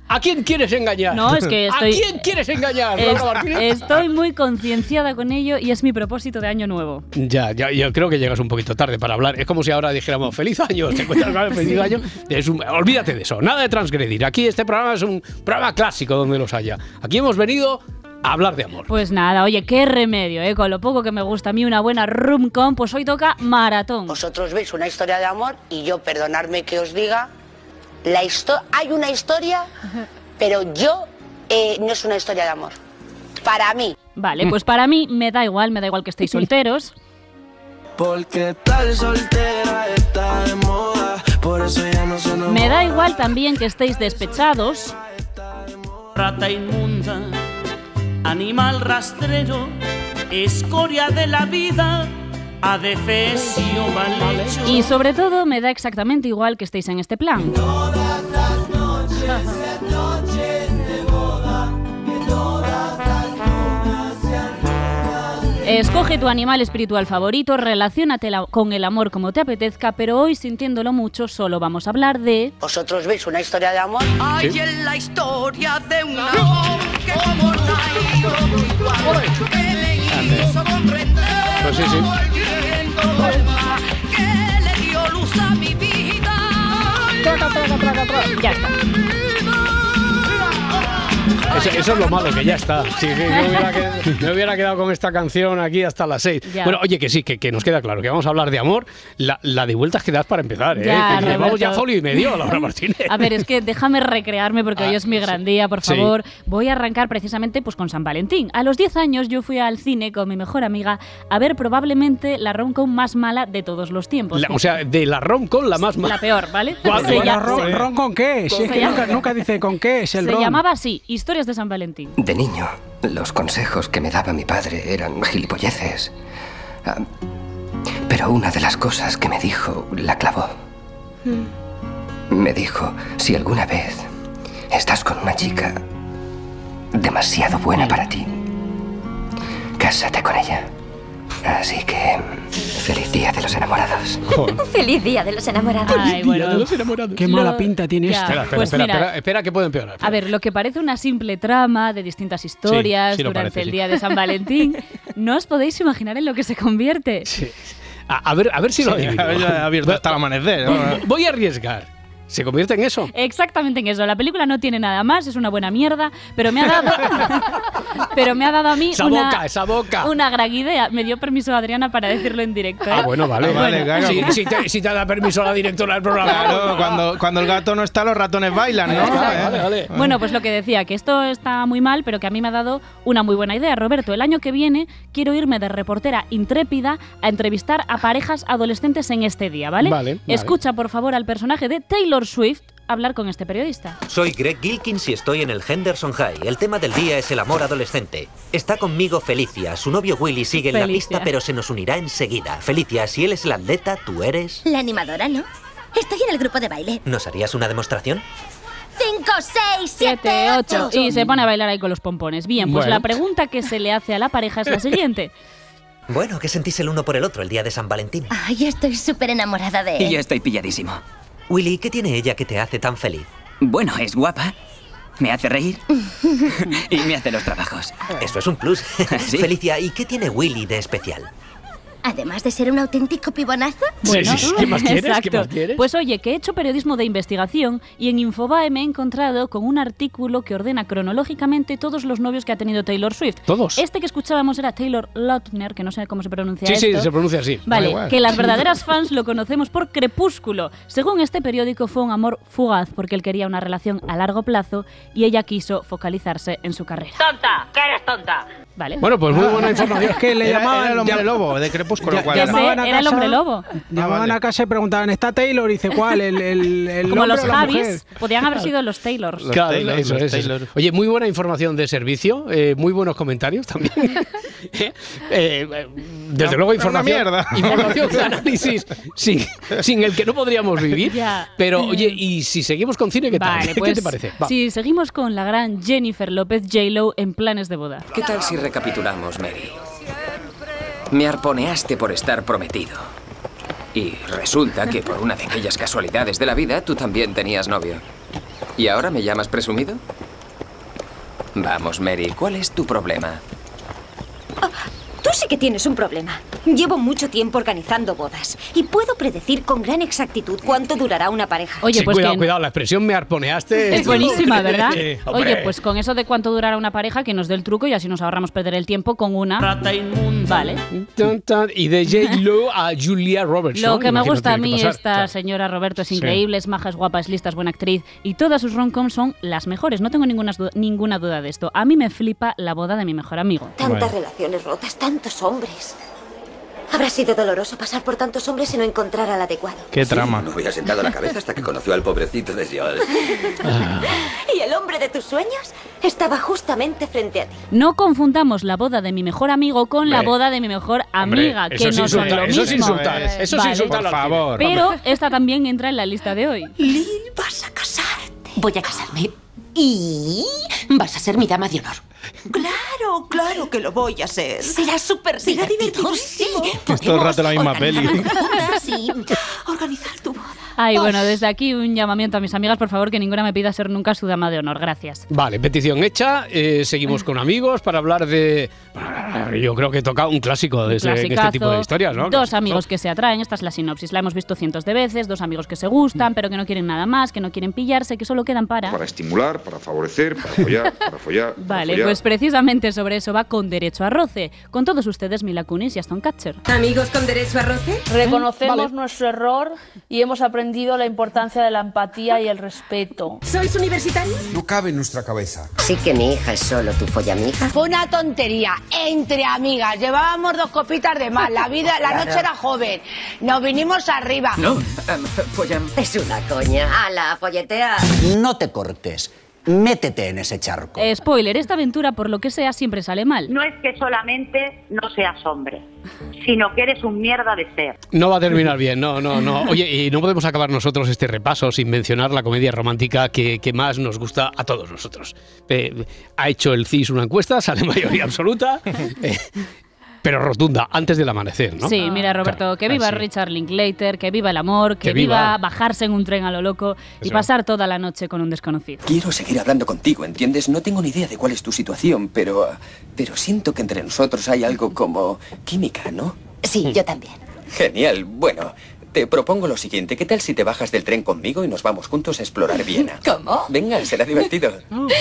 ¿A quién quieres engañar?
No, es que estoy-
¿A quién quieres engañar, Laura
Es-
Martínez?
estoy muy concienciada con ello y es mi propósito de año nuevo.
Ya, ya, yo creo que llegas un poquito tarde para hablar. Es como si ahora dijéramos feliz año, te encuentras con el feliz
Sí.
año. Es un- olvídate de eso, nada de transgredir. Aquí este programa es un programa clásico donde los haya. Aquí hemos venido a hablar de amor.
Pues nada, oye, qué remedio, ¿eh? Con lo poco que me gusta a mí una buena rum-com, pues hoy toca maratón.
Vosotros veis una historia de amor y yo, perdonadme que os diga, la histo- hay una historia, pero yo eh, no es una historia de amor. Para mí.
Vale, pues para mí me da igual, me da igual que estéis solteros.
Porque tal soltera está de moda, por eso ya no se enamora.
Me da igual también que estéis despechados.
Rata inmunda, animal rastrero, escoria de la vida, adefesio mal hecho.
Y sobre todo me da exactamente igual que estéis en este plan. Escoge tu animal espiritual favorito, relaciónate la- con el amor como te apetezca, pero hoy sintiéndolo mucho solo vamos a hablar de...
¿Vosotros veis una historia de amor?
Hay
Sí.
en la historia de un amor que como nadie otro igual, que me hizo comprender
Pues sí, sí.
como el viento vuela, que le dio luz a mi vida.
Ya está.
Eso, eso es lo malo, que ya está. Sí, sí, me, hubiera quedado, me hubiera quedado con esta canción aquí hasta las seis.
Ya.
Bueno, oye, que sí, que, que nos queda claro, que vamos a hablar de amor. La, la de vueltas que das para empezar, ¿eh?
Ya,
Que llevamos
Roberto.
ya Zoli y medio, Laura Martínez. Ah,
A ver, es que déjame recrearme porque hoy es mi gran día, por
Sí.
favor. Voy a arrancar precisamente pues, con San Valentín. A los 10 años yo fui al cine con mi mejor amiga a ver probablemente la romcom más mala de todos los tiempos.
La- o sea, de la rom con la más
Pues La peor, ¿vale?
Guau,
Se
guau,
lla-
ron-
se-
ron
¿Con qué? Si es que
Se
nunca,
llama-
nunca dice con qué es el
Se
ron.
llamaba así, Historias de San Valentín.
De niño, los consejos que me daba mi padre eran gilipolleces. Ah, pero una de las cosas que me dijo la clavó. Me dijo, si alguna vez estás con una chica demasiado buena para ti, cásate con ella. Así que, feliz día de los enamorados.
Feliz día de los enamorados.
Ay, bueno.
Qué
Lo-
mala pinta tiene
Ya,
esta.
Espera, espera, pues espera, mira. espera,
que puede empeorar.
A ver, lo que parece una simple trama de distintas historias
sí lo
durante
parece,
el
sí.
día de San Valentín, no os podéis imaginar en lo que se convierte.
A, a ver, a ver si lo
Sí,
adivino.
a ver, ya he abierto hasta el amanecer.
Voy- Voy a arriesgar. ¿Se convierte en eso?
Exactamente en eso. La película no tiene nada más, es una buena mierda, pero me ha dado, pero me ha dado a mí
Esa
una,
boca, esa boca.
una gran idea. Me dio permiso Adriana para decirlo en directo. ¿eh?
Ah, bueno, vale.
Ah, vale, claro.
si, si te, si te da permiso la directora del programa.
Claro, cuando, cuando el gato no está, los ratones bailan, ¿no?
Vale, vale.
Bueno, pues lo que decía, que esto está muy mal, pero que a mí me ha dado una muy buena idea, Roberto. El año que viene quiero irme de reportera intrépida a entrevistar a parejas adolescentes en este día, ¿vale?
Vale, vale.
Escucha, por favor, al personaje de Taylor Swift hablar con este periodista.
Soy Greg Gilkins y estoy en el Henderson High. El tema del día es el amor adolescente. Está conmigo Felicia. Su novio Willy sigue en la
Felicia.
pista, pero se nos unirá enseguida. Felicia, si él es el atleta, tú eres.
La animadora, ¿no? Estoy en el grupo de baile.
¿Nos harías una demostración?
5, 6, 7,
ocho.
8.
Y se pone a bailar ahí con los pompones. Bien, pues
Bueno.
la pregunta que se le hace a la pareja es la siguiente.
Bueno, ¿qué sentís el uno por el otro el día de San Valentín?
Ay, estoy súper enamorada de
Y
él.
yo
Estoy pilladísimo.
Willy, ¿qué tiene ella que te hace tan feliz?
Bueno, es guapa. Me hace reír. y me hace los trabajos.
Eso es un plus. Felicia, ¿y qué tiene Willy de especial?
Además de ser un auténtico pibonazo.
Exacto. Pues oye, que he hecho periodismo de investigación y en Infobae me he encontrado con un artículo que ordena cronológicamente todos los novios que ha tenido Taylor Swift.
Todos.
Este que escuchábamos era Taylor Lautner, que no sé cómo se pronuncia
Sí, sí,
esto.
se pronuncia así. Da
Vale,
igual.
que las verdaderas fans lo conocemos por Crepúsculo. Según este periódico fue un amor fugaz porque él quería una relación a largo plazo y ella quiso focalizarse en su carrera.
¡Tonta! ¡Que eres tonta!
Vale.
Bueno, pues muy buena información.
Es que le
Ah. Era-
llamaban.
era el hombre
llam-
lobo de Crepúsculo. ¿cuál
Ya-
era?
llamaban a
era el
casa-
hombre lobo.
Ah,
Llamaban a casa y preguntaban, ¿está Taylor? Y dice, ¿cuál? El, el, el
Como
hombre
los
o la mujer?".
Javis, podían haber sido los Taylors.
Claro,
Taylor,
eso
los
es, eso es.
Taylor.
Oye, muy buena información de servicio, eh, muy buenos comentarios también. Eh, eh, desde
Una-
luego,
una
información.
mierda.
Información de análisis sin, sin el que no podríamos vivir.
Ya.
Pero, oye, y si seguimos con cine, ¿qué tal?
Vale,
¿Qué
pues
te parece? Va.
si seguimos con la gran Jennifer López J-Lo en planes de boda.
¿Qué tal si recapitulamos, Mary? Me arponeaste por estar prometido. Y resulta que por una de aquellas casualidades de la vida tú también tenías novio. ¿Y ahora me llamas presumido? Vamos, Mary, ¿cuál es tu problema?
Tú sí que tienes un problema. Llevo mucho tiempo organizando bodas y puedo predecir con gran exactitud cuánto durará una pareja.
Sí, cuidado, cuidado, la expresión me arponeaste.
pues Es buenísima, ¿verdad?
Eh, hombre.
Oye, pues con eso de cuánto durará una pareja, que nos dé el truco y así nos ahorramos perder el tiempo con una. Vale.
Tan, tan, y de J-Lo a Julia Roberts.
Lo
Pues ¿no?
que me
Imagino
gusta a
tiene que
mí
pasar.
esta señora Roberto es
Sí.
increíble, es maja, es guapa, es lista, es buena actriz y todas sus rom-coms son las mejores, no tengo ninguna, du- ninguna duda de esto. A mí me flipa la boda de mi mejor amigo.
Tantas relaciones rotas, tantos hombres. Habrá sido doloroso pasar por tantos hombres y no encontrar al adecuado.
Qué trama.
no había sentado la cabeza hasta que conoció al pobrecito de Joel.
Y el hombre de tus sueños estaba justamente frente a ti.
No confundamos la boda de mi mejor amigo con la
Hombre.
boda de mi mejor
Hombre,
amiga,
eso
que
es
no son
insultar,
lo
eso
mismo.
es insultar, eso es insultar Por al cine. favor,
Pero
hombre.
esta también entra en la lista de hoy.
Voy a casarme y vas a ser mi dama de honor.
Claro, claro que lo voy a hacer. Será súper Será divertidísimo.
Es todo el rato la misma peli.
Sí. Organizar tu
Ay, bueno, desde aquí un llamamiento a mis amigas, por favor, que ninguna me pida ser nunca su dama de honor. Gracias.
Vale, petición hecha. eh, seguimos con amigos para hablar de. Yo creo que toca un clásico de, ese- de este
Clasicazo.
tipo de historias, ¿no?
Dos amigos que se atraen, esta es la sinopsis, la hemos visto cientos de veces, dos amigos que se
Mm.
gustan, pero que no quieren nada más, que no quieren pillarse, que solo quedan para...
Para estimular, para favorecer, para follar, para follar. para
Vale,
follar.
pues precisamente sobre eso va con Derecho a Roce. Con todos ustedes, Mila Kunis y Aston Catcher.
Amigos con derecho a roce.
Reconocemos
Vale.
nuestro error y hemos aprendido la importancia de la empatía y el respeto.
¿Sois universitarios?
No cabe en nuestra cabeza.
Sí que mi hija es solo tu follamiga.
Fue una tontería entre amigas. Llevábamos dos copitas de más. La vida, la
Claro.
noche era joven. Nos vinimos arriba.
Es una coña. Ala, folletea.
No te cortes. Métete en ese charco.
Eh, spoiler, esta aventura, por lo que sea, siempre sale mal.
No es que solamente no seas hombre, sino que eres un mierda de ser.
No va a terminar bien, no, no, no. Oye, y no podemos acabar nosotros este repaso sin mencionar la comedia romántica que, que más nos gusta a todos nosotros. Eh, ha hecho el CIS una encuesta, sale mayoría absoluta, eh, pero rotunda, antes del amanecer, ¿no? Ah,
Sí, mira Roberto, que viva Richard Linklater, que viva el amor, que,
Que
viva.
viva.
bajarse en un tren a lo loco y
Eso.
pasar toda la noche con un desconocido.
Quiero seguir hablando contigo, ¿entiendes? No tengo ni idea de cuál es tu situación, pero. ah, Pero siento que entre nosotros hay algo como. química, ¿no?
Sí, yo también.
Genial. Bueno, te propongo lo siguiente. ¿Qué tal si te bajas del tren conmigo y nos vamos juntos a explorar Viena?
¿Cómo?
Venga, será divertido. Vamos.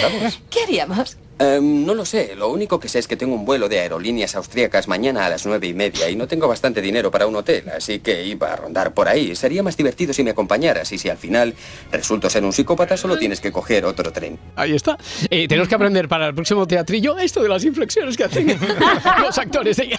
¿Qué haríamos?
Em, no lo sé, lo único que sé es que tengo un vuelo de aerolíneas austríacas mañana a las nueve y media y no tengo bastante dinero para un hotel, así que iba a rondar por ahí. Sería más divertido si me acompañaras y si al final resulto ser un psicópata solo tienes que coger otro tren.
Ahí está. Eh, tenemos que aprender para el próximo teatrillo esto de las inflexiones que hacen los actores. ¿eh?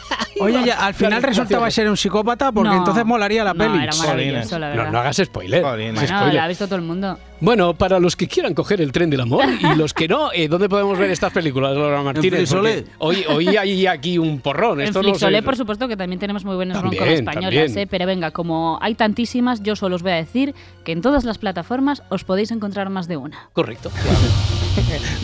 Oye, ya, al final resultaba ser un psicópata porque
No.
entonces molaría la
No,
peli.
era maravilloso, la verdad. No, no hagas spoiler.
Bueno,
Spoiler.
la ha visto todo el mundo.
Bueno, para los que quieran coger el tren del amor y los que no, eh, ¿dónde podemos ver estas películas, Laura Martínez? Porque
Flixolé.
Hoy, hoy hay aquí un porrón.
En
Esto no
Flixolé,
sé-
por supuesto, que también tenemos muy buenos
También,
roncos españolas,
también.
eh, pero venga, como hay tantísimas, yo solo os voy a decir que en todas las plataformas os podéis encontrar más de una.
Correcto.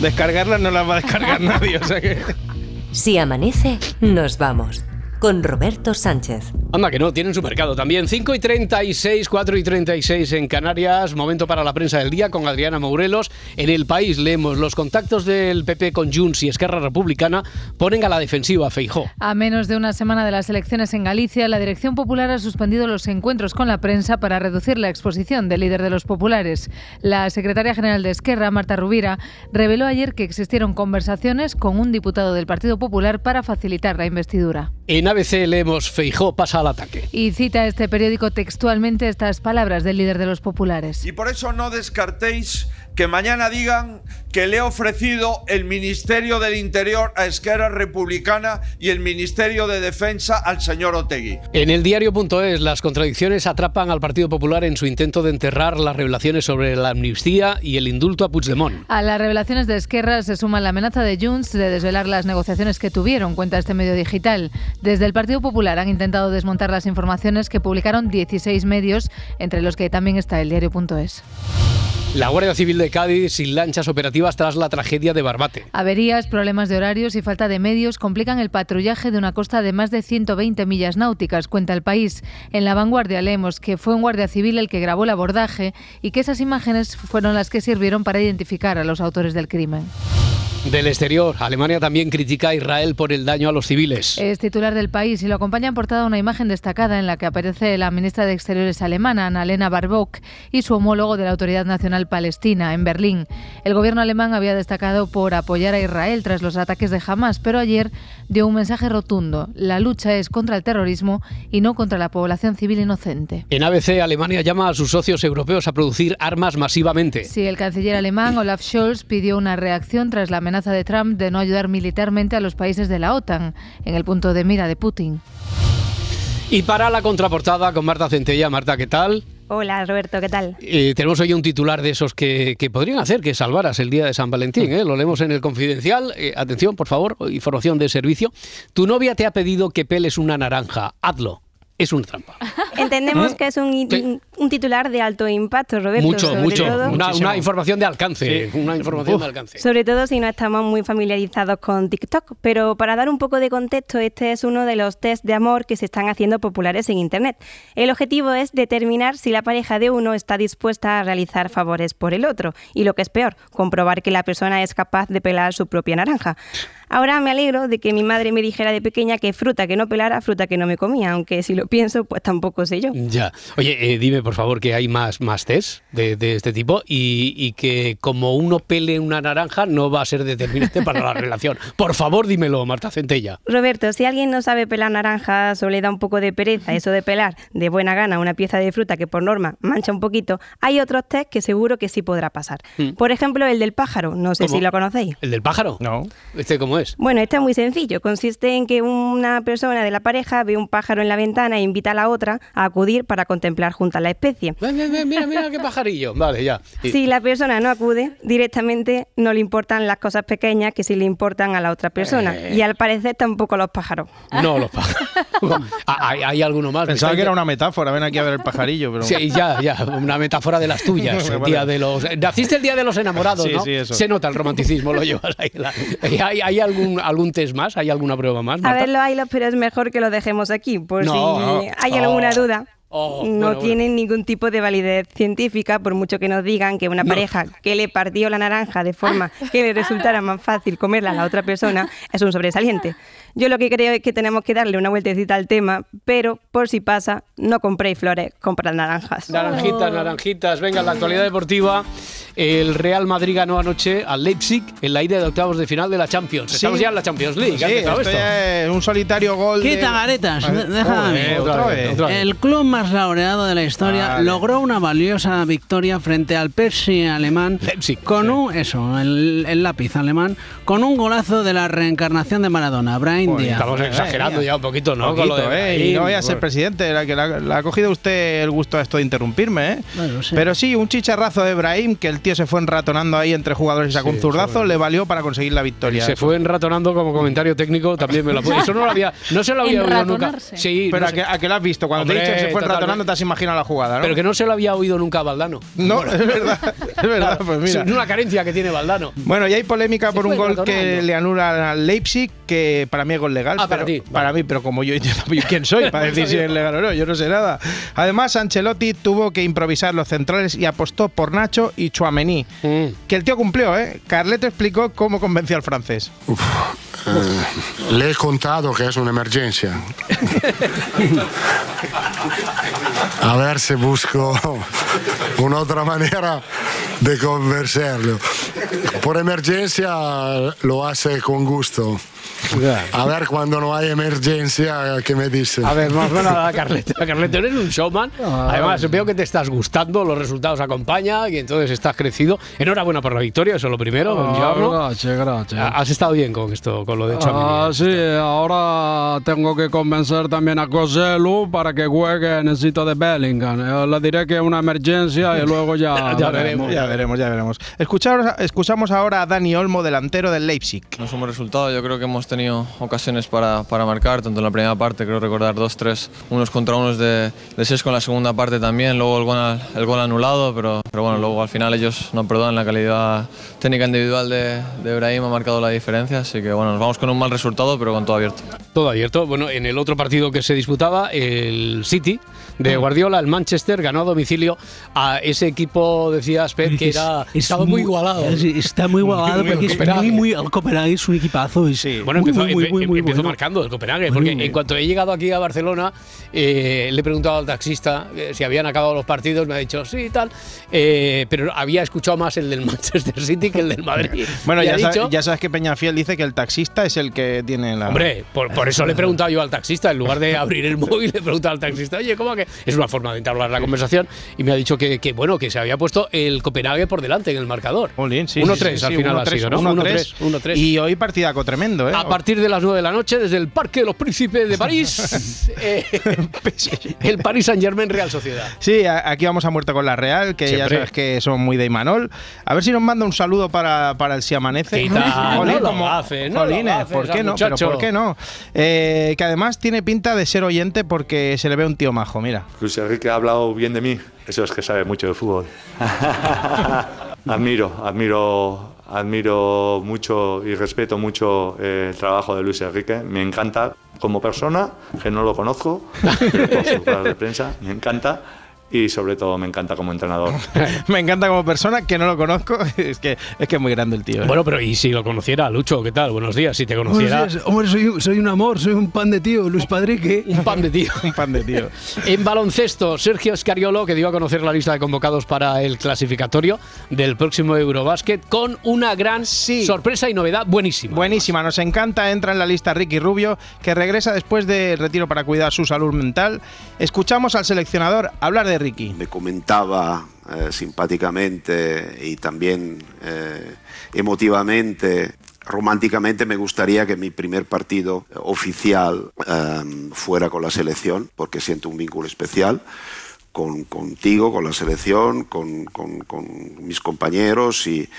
Descargarlas no las va a descargar nadie, o sea que.
Si amanece, nos vamos. Con Roberto Sánchez.
Anda que no, tienen su mercado también. 5 y 36, 4 y 36 en Canarias. Momento para la prensa del día con Adriana Mourelos. En el país leemos los contactos del PP con Junts y Esquerra Republicana ponen a la defensiva a Feijó.
A menos de una semana de las elecciones en Galicia, la Dirección Popular ha suspendido los encuentros con la prensa para reducir la exposición del líder de los populares. La secretaria general de Esquerra, Marta Rubira, reveló ayer que existieron conversaciones con un diputado del Partido Popular para facilitar la investidura.
En ABC leemos Feijó pasa al ataque.
Y cita este periódico textualmente estas palabras del líder de los populares.
Y por eso no descartéis que mañana digan que le he ofrecido el Ministerio del Interior a Esquerra Republicana y el Ministerio de Defensa al señor Otegui.
En el diario.es, las contradicciones atrapan al Partido Popular en su intento de enterrar las revelaciones sobre la amnistía y el indulto a Puigdemont.
A las revelaciones de Esquerra se suma la amenaza de Junts de desvelar las negociaciones que tuvieron, cuenta este medio digital. Desde el Partido Popular han intentado desmontar las informaciones que publicaron 16 medios, entre los que también está el diario.es.
La Guardia Civil de Cádiz sin lanchas operativas tras la tragedia de Barbate.
Averías, problemas de horarios y falta de medios complican el patrullaje de una costa de más de 120 millas náuticas, cuenta el país. En la vanguardia leemos que fue un guardia civil el que grabó el abordaje y que esas imágenes fueron las que sirvieron para identificar a los autores del crimen.
Del exterior, Alemania también critica a Israel por el daño a los civiles.
Es titular del país y lo acompaña en portada una imagen destacada en la que aparece la ministra de Exteriores alemana, Annalena Baerbock, y su homólogo de la Autoridad Nacional Palestina, en Berlín. El gobierno alemán había destacado por apoyar a Israel tras los ataques de Hamas, pero ayer dio un mensaje rotundo. La lucha es contra el terrorismo y no contra la población civil inocente.
En ABC, Alemania llama a sus socios europeos a producir armas masivamente.
Sí, el canciller alemán Olaf Scholz pidió una reacción tras la amenaza de Trump de no ayudar militarmente a los países de la OTAN, en el punto de mira de Putin.
Y para la contraportada con Marta Centella. Marta, ¿qué tal?
Ah. Hola Roberto, ¿qué tal?
Eh, tenemos hoy un titular de esos que, que podrían hacer que salvaras el día de San Valentín. ¿eh? Lo leemos en el confidencial. Eh, atención, por favor, información de servicio. Tu novia te ha pedido que peles una naranja. Hazlo. Es una trampa.
Entendemos
¿Mm?
que es un,
Sí.
un titular de alto impacto, Roberto.
mucho,
sobre
mucho.
todo-
Una, una información de alcance. Una información de alcance.
Sobre todo si no estamos muy familiarizados con TikTok. Pero para dar un poco de contexto, este es uno de los test de amor que se están haciendo populares en Internet. El objetivo es determinar si la pareja de uno está dispuesta a realizar favores por el otro. Y lo que es peor, comprobar que la persona es capaz de pelar su propia naranja. Ahora me alegro de que mi madre me dijera de pequeña que fruta que no pelara, fruta que no me comía, aunque si lo pienso, pues tampoco sé yo.
Ya. Oye, eh, dime por favor que hay más, más test de, de este tipo y, y que como uno pele una naranja no va a ser determinante para la relación. Por favor, dímelo, Marta Centella.
Roberto, si alguien no sabe pelar naranjas o le da un poco de pereza eso de pelar de buena gana una pieza de fruta que por norma mancha un poquito, hay otros test que seguro que sí podrá pasar.
Mm.
Por ejemplo, el del pájaro, no sé
¿Cómo?
si lo conocéis.
¿El del pájaro? No. ¿Este cómo es?
Bueno, este es muy sencillo. Consiste en que una persona de la pareja ve un pájaro en la ventana e invita a la otra a acudir para contemplar juntas la especie.
Mira, mira, mira qué pajarillo. Vale, ya. Y-
Si la persona no acude, directamente no le importan las cosas pequeñas que sí le importan a la otra persona.
Eh.
Y al parecer tampoco los pájaros.
No, los pájaros. Ah, ¿Hay, hay alguno más?
Pensaba que era
una metáfora. Ven aquí a ver el pajarillo.
pero-
Sí, ya, ya. Una metáfora de las tuyas. El
Vale.
día de los... eh, Naciste el día de los enamorados,
Sí,
¿no?
sí, eso.
Se nota el romanticismo, lo llevas ahí. la- ¿Hay, hay algún, algún test más? ¿Hay alguna prueba más?
A
Marta?
ver, los hilos, pero es mejor que lo dejemos aquí, por
No,
si
no.
hay alguna
Oh,
duda.
oh,
no
bueno, bueno.
tienen ningún tipo de validez científica, por mucho que nos digan que una pareja que le partió la naranja de forma
Ah.
que le resultara más fácil comerla a la otra persona es un sobresaliente. Yo lo que creo es que tenemos que darle una vueltecita al tema, pero por si pasa, no compréis flores, comprad naranjas.
Naranjitas, naranjitas. Venga, la actualidad deportiva. El Real Madrid ganó anoche al Leipzig en la ida de octavos de final de la Champions. Estamos ya en la Champions League.
Pues Sí,
¿ha empezado
esto
esto?
ya es un solitario gol. de-
Quita garetas,
Joder,
déjame a mí.
otra vez.
El club más laureado de la historia
Vale.
logró una valiosa victoria frente al Pepsi alemán con un eso, el, el lápiz alemán con un golazo de la reencarnación de Maradona, Brian
Joder,
Díaz.
estamos exagerando ya un poquito, ¿no? Con lo
Poquito,
de
eh,
Brahim,
y no voy a
por-
ser presidente, la que la, la ha cogido usted el gusto a esto de interrumpirme, ¿eh?
Bueno, sí.
Pero sí, un chicharrazo de Brahim, que el tío se fue enratonando ahí entre jugadores y sacó
Sí,
un zurdazo, le valió para conseguir la victoria.
Se fue enratonando como comentario técnico, también me lo apunto. Eso no lo había, no se lo había oído nunca.
Enratonarse.
Sí,
Pero
no
a
sé.
que- a que lo has visto, cuando te he dicho que se fue
totalmente.
enratonando, te has imaginado la jugada, ¿no?
Pero que no se lo había oído nunca a Valdano.
No, es verdad, es verdad, pues mira.
Es una carencia que tiene Valdano.
Bueno, y hay polémica
Se
por un
fue
gol
enratonando.
que le anulan al Leipzig, que para mí es gol legal.
Ah, para
pero-
ti,
Para mí, pero como yo, yo tampoco- yo ¿quién soy para decir si es legal o no? Yo no sé nada. Además, Ancelotti tuvo que improvisar los centrales y apostó por Nacho y Chuamení.
Mm.
Que el tío cumplió, ¿eh? Carleto explicó cómo convenció al francés.
Eh, le he contado que es una emergencia. A ver si busco una otra manera de convencerlo. Por emergencia lo hace con gusto. A ver cuando no hay emergencia, ¿qué me dice?
A ver, más nada, Carleta. Carleta, eres un showman. Además, veo que te estás gustando, los resultados acompañan y entonces estás crecido. Enhorabuena por la victoria, eso es lo primero.
Ah,
Giorno.
gracias, gracias.
Ah,
Has estado bien con esto, con lo de Chouameni.
Ah, sí, ahora tengo que convencer también a Coselu para que juegue. Necesito de Bellingham. Eh, Le diré que es una emergencia y luego ya.
Ya veremos, ya veremos. Escuchar- escuchamos ahora a Dani Olmo, delantero del Leipzig.
No somos resultado, yo creo que hemos tenido ocasiones para, para marcar, tanto en la primera parte, creo recordar dos, tres, unos contra unos de, de seis con la segunda parte también, luego el gol, al- el gol anulado, pero, pero bueno, luego al final ellos no perdonan la calidad técnica individual de, de Brahim, ha marcado la diferencia, así que bueno, nos vamos con un mal resultado, pero con todo abierto.
Todo abierto. Bueno, en el otro partido que se disputaba, el City de Guardiola, el Manchester, ganó a domicilio a ese equipo, decías, Pep, que
Es-
era,
es
estaba muy igualado.
es- está muy igualado porque es muy, muy. El Copenhague es un equipazo. Es
Bueno,
muy,
empezó,
muy, muy,
empe-
muy, muy
empezó
bueno.
marcando el Copenhague, porque
Muy, muy.
en cuanto he llegado aquí a Barcelona, eh, le he preguntado al taxista eh, si habían acabado los partidos, me ha dicho sí y tal, eh, pero había escuchado más el del Manchester City que el del Madrid.
Bueno,
Y ha
ya, sa-
dicho,
ya sabes que Peñafiel dice que el taxista es el que tiene la.
Hombre, por, por eso le he preguntado yo al taxista, en lugar de abrir el móvil, le he preguntado al taxista, oye, ¿cómo que...? Es una forma de entablar la conversación y me ha dicho que, que, bueno, que se había puesto el Copenhague por delante en el marcador. 1-3
Sí, sí, sí, sí,
al final ha
1-3,
sido, ¿no?
1-3.
1-3.
Y hoy partidaco tremendo, ¿eh?
A partir de las 9 de la noche, desde el Parque de los Príncipes de París, eh, el Paris Saint-Germain Real Sociedad.
Sí, a- aquí vamos a muerte con la Real, que
Siempre.
ya sabes que son muy de Imanol. A ver si nos manda un saludo para, para el Si Amanece.
Quita,
Jolín,
no lo
como-
hace, no lo
jolines,
haces
¿por qué
al
no? Pero
muchacho.
¿por qué no? Eh, que además tiene pinta de ser oyente porque se le ve un tío majo, mira.
Luis Enrique ha hablado bien de mí. Eso es que sabe mucho de fútbol. admiro, admiro, admiro mucho y respeto mucho eh, el trabajo de Luis Enrique. Me encanta como persona, que no lo conozco, pero por sus ruedas de prensa, me encanta. Y sobre todo me encanta como entrenador.
Me encanta como persona, que no lo conozco. Es que es, que es muy grande el tío. ¿eh?
Bueno, pero y si lo conociera, Lucho, ¿qué tal? Buenos días, si te conociera.
Buenos días. Hombre, soy, soy un amor, soy un pan de tío, Luis Padrique.
Un pan de tío.
un pan de tío.
En baloncesto, Sergio Escariolo, que dio a conocer la lista de convocados para el clasificatorio del próximo Eurobasket, con una gran sorpresa y novedad buenísima.
Buenísima, nos encanta. Entra en la lista Ricky Rubio, que regresa después del retiro para cuidar su salud mental. Escuchamos al seleccionador hablar de Ricky.
Me comentaba eh, simpáticamente y también eh, emotivamente, románticamente me gustaría que mi primer partido oficial eh, fuera con la selección, porque siento un vínculo especial con, contigo, con la selección, con, con- con mis compañeros y,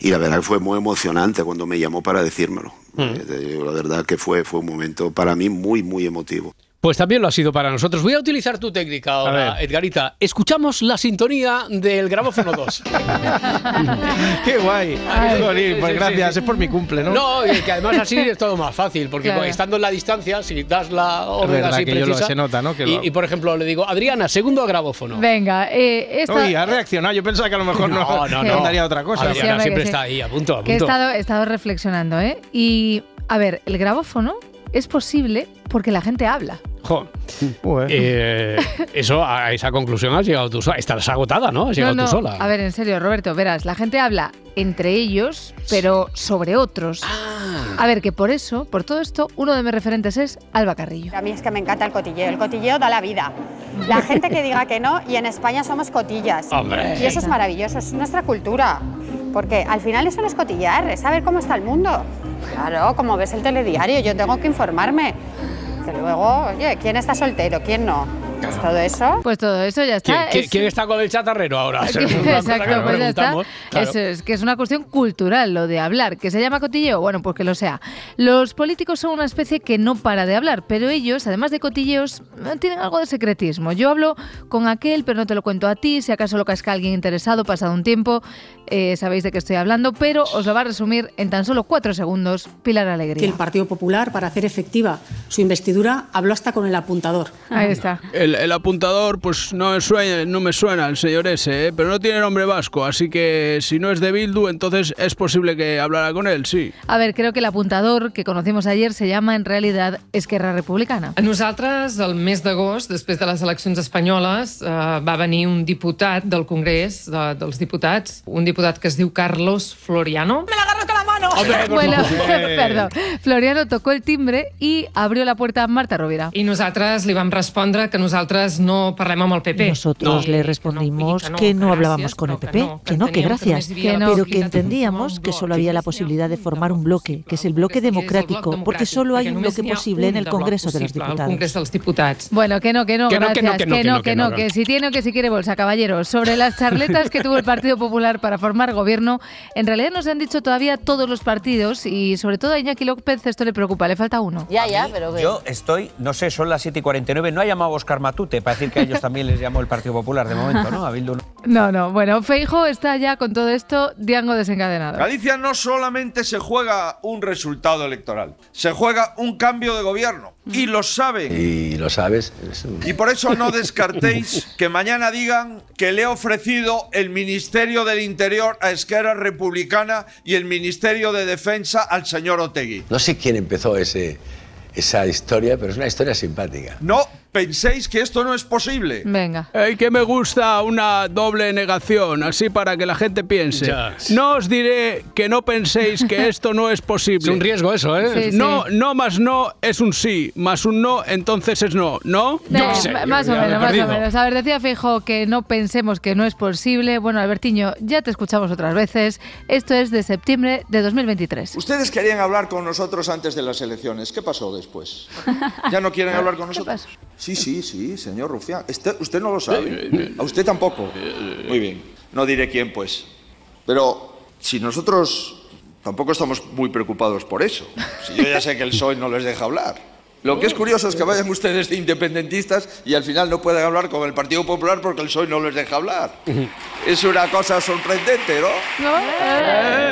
y la verdad que fue muy emocionante cuando me llamó para decírmelo. Eh, te digo, La verdad que fue, fue un momento para mí muy, muy emotivo.
Pues también lo ha sido para nosotros. Voy a utilizar tu técnica ahora, Edgarita. Escuchamos la sintonía del gramófono 2.
¡Qué guay!
Ay,
Jolín,
sí,
pues
sí,
gracias,
sí.
es por mi cumple, ¿no?
No, y que además así es todo más fácil, porque
Claro.
estando en la distancia, si das la orden
verdad
así
que yo lo-
precisa...
se nota, ¿no? Que
y,
lo-
y, por ejemplo, le digo, Adriana, segundo grabófono.
Venga, eh, esta-
Uy, ha reaccionado. Yo pensaba que a lo mejor no,
No, no, no.
daría otra cosa.
Adriana
Sí, hombre, que
siempre
sí.
está ahí, a punto, a
que he
punto.
estado, he estado reflexionando, ¿eh? Y, a ver, el grabófono es posible porque la gente habla.
Jo. Eh, eso, a esa conclusión has llegado tú sola. Estás agotada, ¿no? Has llegado
No, Ah, no,
Ah, tú sola.
A ver, en serio, Roberto, verás, la gente habla entre ellos, pero sobre otros.
Ah.
A ver, que por eso, por todo esto, uno de mis referentes es Alba Carrillo.
A mí es que me encanta el cotilleo. El cotilleo da la vida. La gente que diga que no, y en España somos cotillas.
Hombre.
Y eso es maravilloso, es nuestra cultura. Porque al final eso no es cotillar, es saber cómo está el mundo. Claro, como ves el telediario, yo tengo que informarme. Que luego, oye, ¿quién está soltero, quién no? Pues todo eso.
Pues todo eso ya
¿Quién,
está.
quién-
es-
quién está con el chatarrero ahora? Esa es una cosa que
Exacto,
nos
pues ya está.
preguntamos. Claro.
Eso es, que es una cuestión cultural lo de hablar. ¿Que se llama cotilleo? Bueno, pues que lo sea. Los políticos son una especie que no para de hablar, pero ellos, además de cotilleos, eh, tienen algo de secretismo. Yo hablo con aquel, pero no te lo cuento a ti. Si acaso lo casca alguien interesado, pasado un tiempo, eh, sabéis de qué estoy hablando, pero os lo va a resumir en tan solo cuatro segundos Pilar
que
Alegría.
el Partido Popular, para hacer efectiva su investidura, habló hasta con el apuntador.
Ahí está.
El, el apuntador, pues no me, suena, no me suena el señor ese, ¿eh? pero no tiene nombre vasco, así que si no es de Bildu, entonces es posible que hablara con él, sí.
A ver, creo que el apuntador que conocimos ayer se llama en realidad Esquerra Republicana.
Nosaltres, el mes d'agost, després de les eleccions espanyoles, eh, va venir un diputat del Congrés de, dels Diputats, un diputat que es diu Carlos Floriano. Me l'agarro con la mano!
Bueno, perdó. Floriano tocó el timbre y abrió la puerta a Marta Rovira.
I nosaltres li vam respondre que nosaltres no parlem amb el PP.
Nosotros le respondimos que no hablábamos con el PP, que no, que gracias,
Que no.
pero que entendíamos que solo había la posibilidad de formar un bloque, que es el bloque democrático, porque solo hay un bloque posible en el Congreso de los
Al
Diputados.
Congrés dels Diputats.
Bueno, que no, que no,
Que no, que
gracias.
no, que no, que no, que no,
que si tiene o que si quiere bolsa, caballero. Sobre las charletas que tuvo el Partido Popular para formar gobierno, en realidad nos han dicho todavía todos los partidos y sobre todo a Iñaki López esto le preocupa, le falta uno.
Ya, ya, pero Yo estoy, no sé, son las 7 y 49. No ha llamado a Oscar Matute para decir que a ellos también les llamó el Partido Popular de momento, ¿no? A Bildu no.
No, no, bueno, Feijo está ya con todo esto diango desencadenado.
Galicia no solamente se juega un resultado electoral, se juega un cambio de gobierno. Y lo saben.
Y lo sabes. es un-
Y por eso no descartéis que mañana digan que le he ofrecido el Ministerio del Interior a Esquerra Republicana y el Ministerio de Defensa al señor Otegui.
No sé quién empezó ese, esa historia, pero es una historia simpática.
No penséis que esto no es posible.
Venga.
Ay, que me gusta una doble negación, así para que la gente piense. Ya. No os diré que no penséis que esto no es posible.
Es un riesgo eso, ¿eh? Sí,
no,
sí.
no más no es un sí, más un no entonces es no, ¿no?
Eh, m- más o menos, más o menos. A ver, decía Feijo que no pensemos que no es posible. Bueno, Albertiño, ya te escuchamos otras veces. Esto es de septiembre de 2023.
Ustedes querían hablar con nosotros antes de las elecciones. ¿Qué pasó después? ¿Ya no quieren hablar con nosotros? Sí, sí, sí, señor Rufián. Este- usted no lo sabe. A usted tampoco. Muy bien. No diré quién, pues. Pero si nosotros tampoco estamos muy preocupados por eso. Si yo ya sé que el PSOE no E les deja hablar. Lo que es curioso es que vayan ustedes de independentistas y al final no puedan hablar con el Partido Popular porque el PSOE E no les deja hablar. Es una cosa sorprendente, ¿no?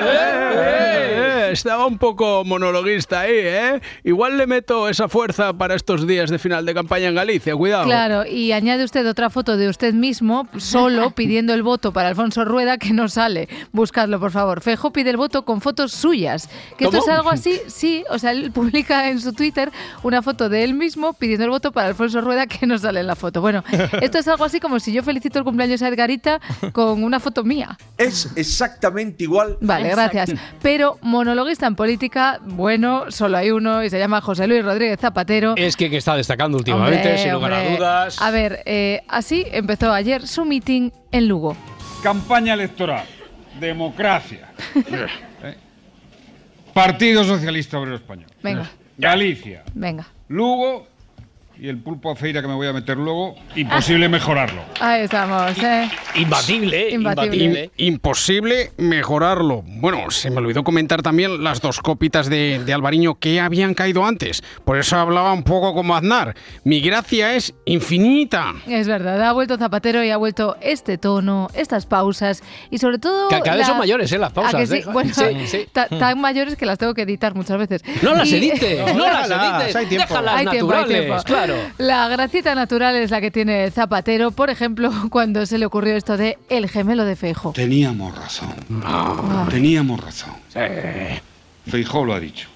Eh, estaba un poco monologuista ahí, ¿eh? Igual le meto esa fuerza para estos días de final de campaña en Galicia, cuidado.
Claro, y añade usted otra foto de usted mismo, solo pidiendo el voto para Alfonso Rueda, que no sale. Buscadlo, por favor. Fejo pide el voto con fotos suyas. Que esto
¿Cómo?
es algo así, sí, o sea, él publica en su Twitter una foto de él mismo pidiendo el voto para Alfonso Rueda, que no sale en la foto. Bueno, esto es algo así como si yo felicito el cumpleaños a Edgarita con una foto mía.
Es exactamente igual.
Vale, gracias. Pero monologuista en política, bueno, solo hay uno y se llama José Luis Rodríguez Zapatero.
Es quien está destacando últimamente,
Hombre,
sin lugar a
hombre.
dudas.
A ver, eh, así empezó ayer su meeting en Lugo.
Campaña electoral. Democracia. ¿Eh? Partido Socialista Obrero Español.
Venga,
Galicia.
venga.
Lugo. Y el pulpo a feira que me voy a meter luego. Imposible mejorarlo.
Ahí estamos, ¿eh?
Imbatible,
Imbatible.
In- imposible mejorarlo. Bueno, se me olvidó comentar también las dos copitas de, de Alvariño que habían caído antes. Por eso hablaba un poco como Aznar. Mi gracia es infinita.
Es verdad, ha vuelto Zapatero y ha vuelto este tono, estas pausas y sobre todo...
Ca- cada vez son mayores, ¿eh? Las
¿A
pausas,
que sí?
¿eh?
Bueno,
Sí, sí.
ta- tan mayores que las tengo que editar muchas veces.
No las
Y-
edites, no, las edites. Déjalas
Hay tiempo, hay
naturales,
tiempo.
claro.
La gracita natural es la que tiene Zapatero, por ejemplo, cuando se le ocurrió esto de el gemelo de Feijo.
Teníamos razón. Teníamos razón. Feijóo lo ha dicho.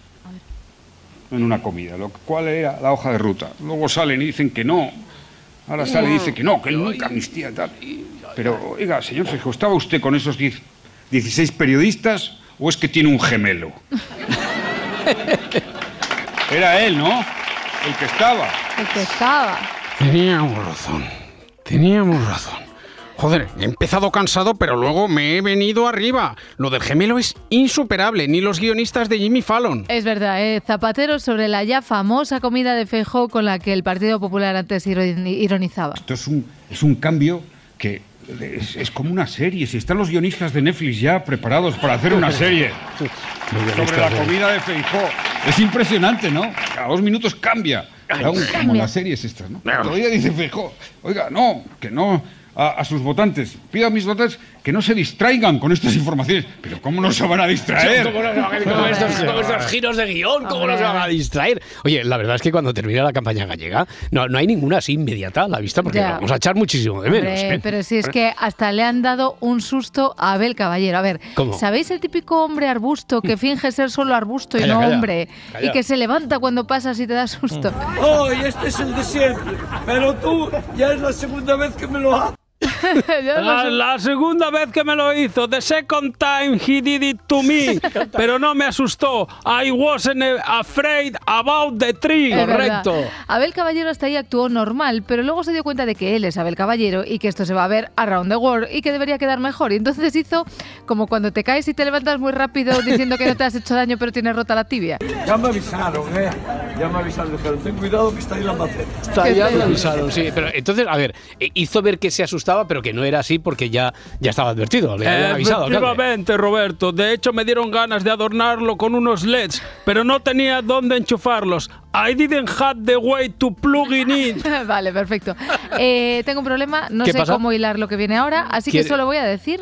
En una comida. Lo cual era la hoja de ruta. Luego salen y dicen que no. Ahora sale y dice que no, que nunca amnistía tal. Pero, oiga, señor Feijóo, ¿estaba usted con esos 10 16 periodistas o es que tiene un gemelo? Era él, ¿no? El que estaba.
El que estaba.
Teníamos razón. Teníamos razón. Joder, he empezado cansado, pero luego me he venido arriba. Lo del gemelo es insuperable, ni los guionistas de Jimmy Fallon.
Es verdad, eh, Zapatero sobre la ya famosa comida de Feijo con la que el Partido Popular antes ironi- ironizaba.
Esto es un, es un cambio que es, es como una serie. Si están los guionistas de Netflix ya preparados para hacer una serie sobre la comida de Feijó, es impresionante, ¿no? Cada dos minutos cambia. Ay, Aún cambia. como las series estas, ¿no? Otro día dice Feijó, oiga, no, que no. A, a sus votantes, pido a mis votantes que no se distraigan con estas informaciones. Pero ¿cómo no se van a distraer?
¿Cómo no se van a- con estos- con estos giros de guión, ¿cómo no se van a distraer? Oye, la verdad es que cuando termina la campaña gallega, no, no hay ninguna así inmediata a la vista, porque
Ya.
la vamos a echar muchísimo de menos.
Hombre,
¿eh?
Pero si es que hasta le han dado un susto a Abel Caballero. A ver,
¿Cómo?
¿sabéis el típico hombre arbusto que finge ser solo arbusto y
Calla,
no
calla,
hombre?
calla.
Y que se levanta cuando pasas y te da susto.
Mm.
Hoy este es el de siempre, pero tú ya es la segunda vez que me lo haces.
La, la segunda vez que me lo hizo, the second time he did it to me, pero no me asustó. I wasn't afraid about the tree.
Es verdad. Abel Caballero hasta ahí actuó normal, pero luego se dio cuenta de que él es Abel Caballero y que esto se va a ver around the world y que debería quedar mejor. Y entonces hizo como cuando te caes y te levantas muy rápido diciendo que no te has hecho daño pero tienes rota la tibia.
Ya me avisaron, eh. Ya me avisaron, dijeron, ten cuidado que está ahí la maceta.
Está ya lo avisaron, sí. Pero entonces, a ver, eh, hizo ver que se asustaba, pero que no era así porque ya, ya estaba advertido, le
Eh,
habían avisado. alcalde.
Efectivamente, Roberto. De hecho, me dieron ganas de adornarlo con unos LEDs, pero no tenía dónde enchufarlos. I didn't have the way to plug it in.
vale, perfecto. Eh, tengo un problema, no
¿Qué
sé
pasa?
cómo hilar lo que viene ahora, así que
¿Quiere-
solo voy a decir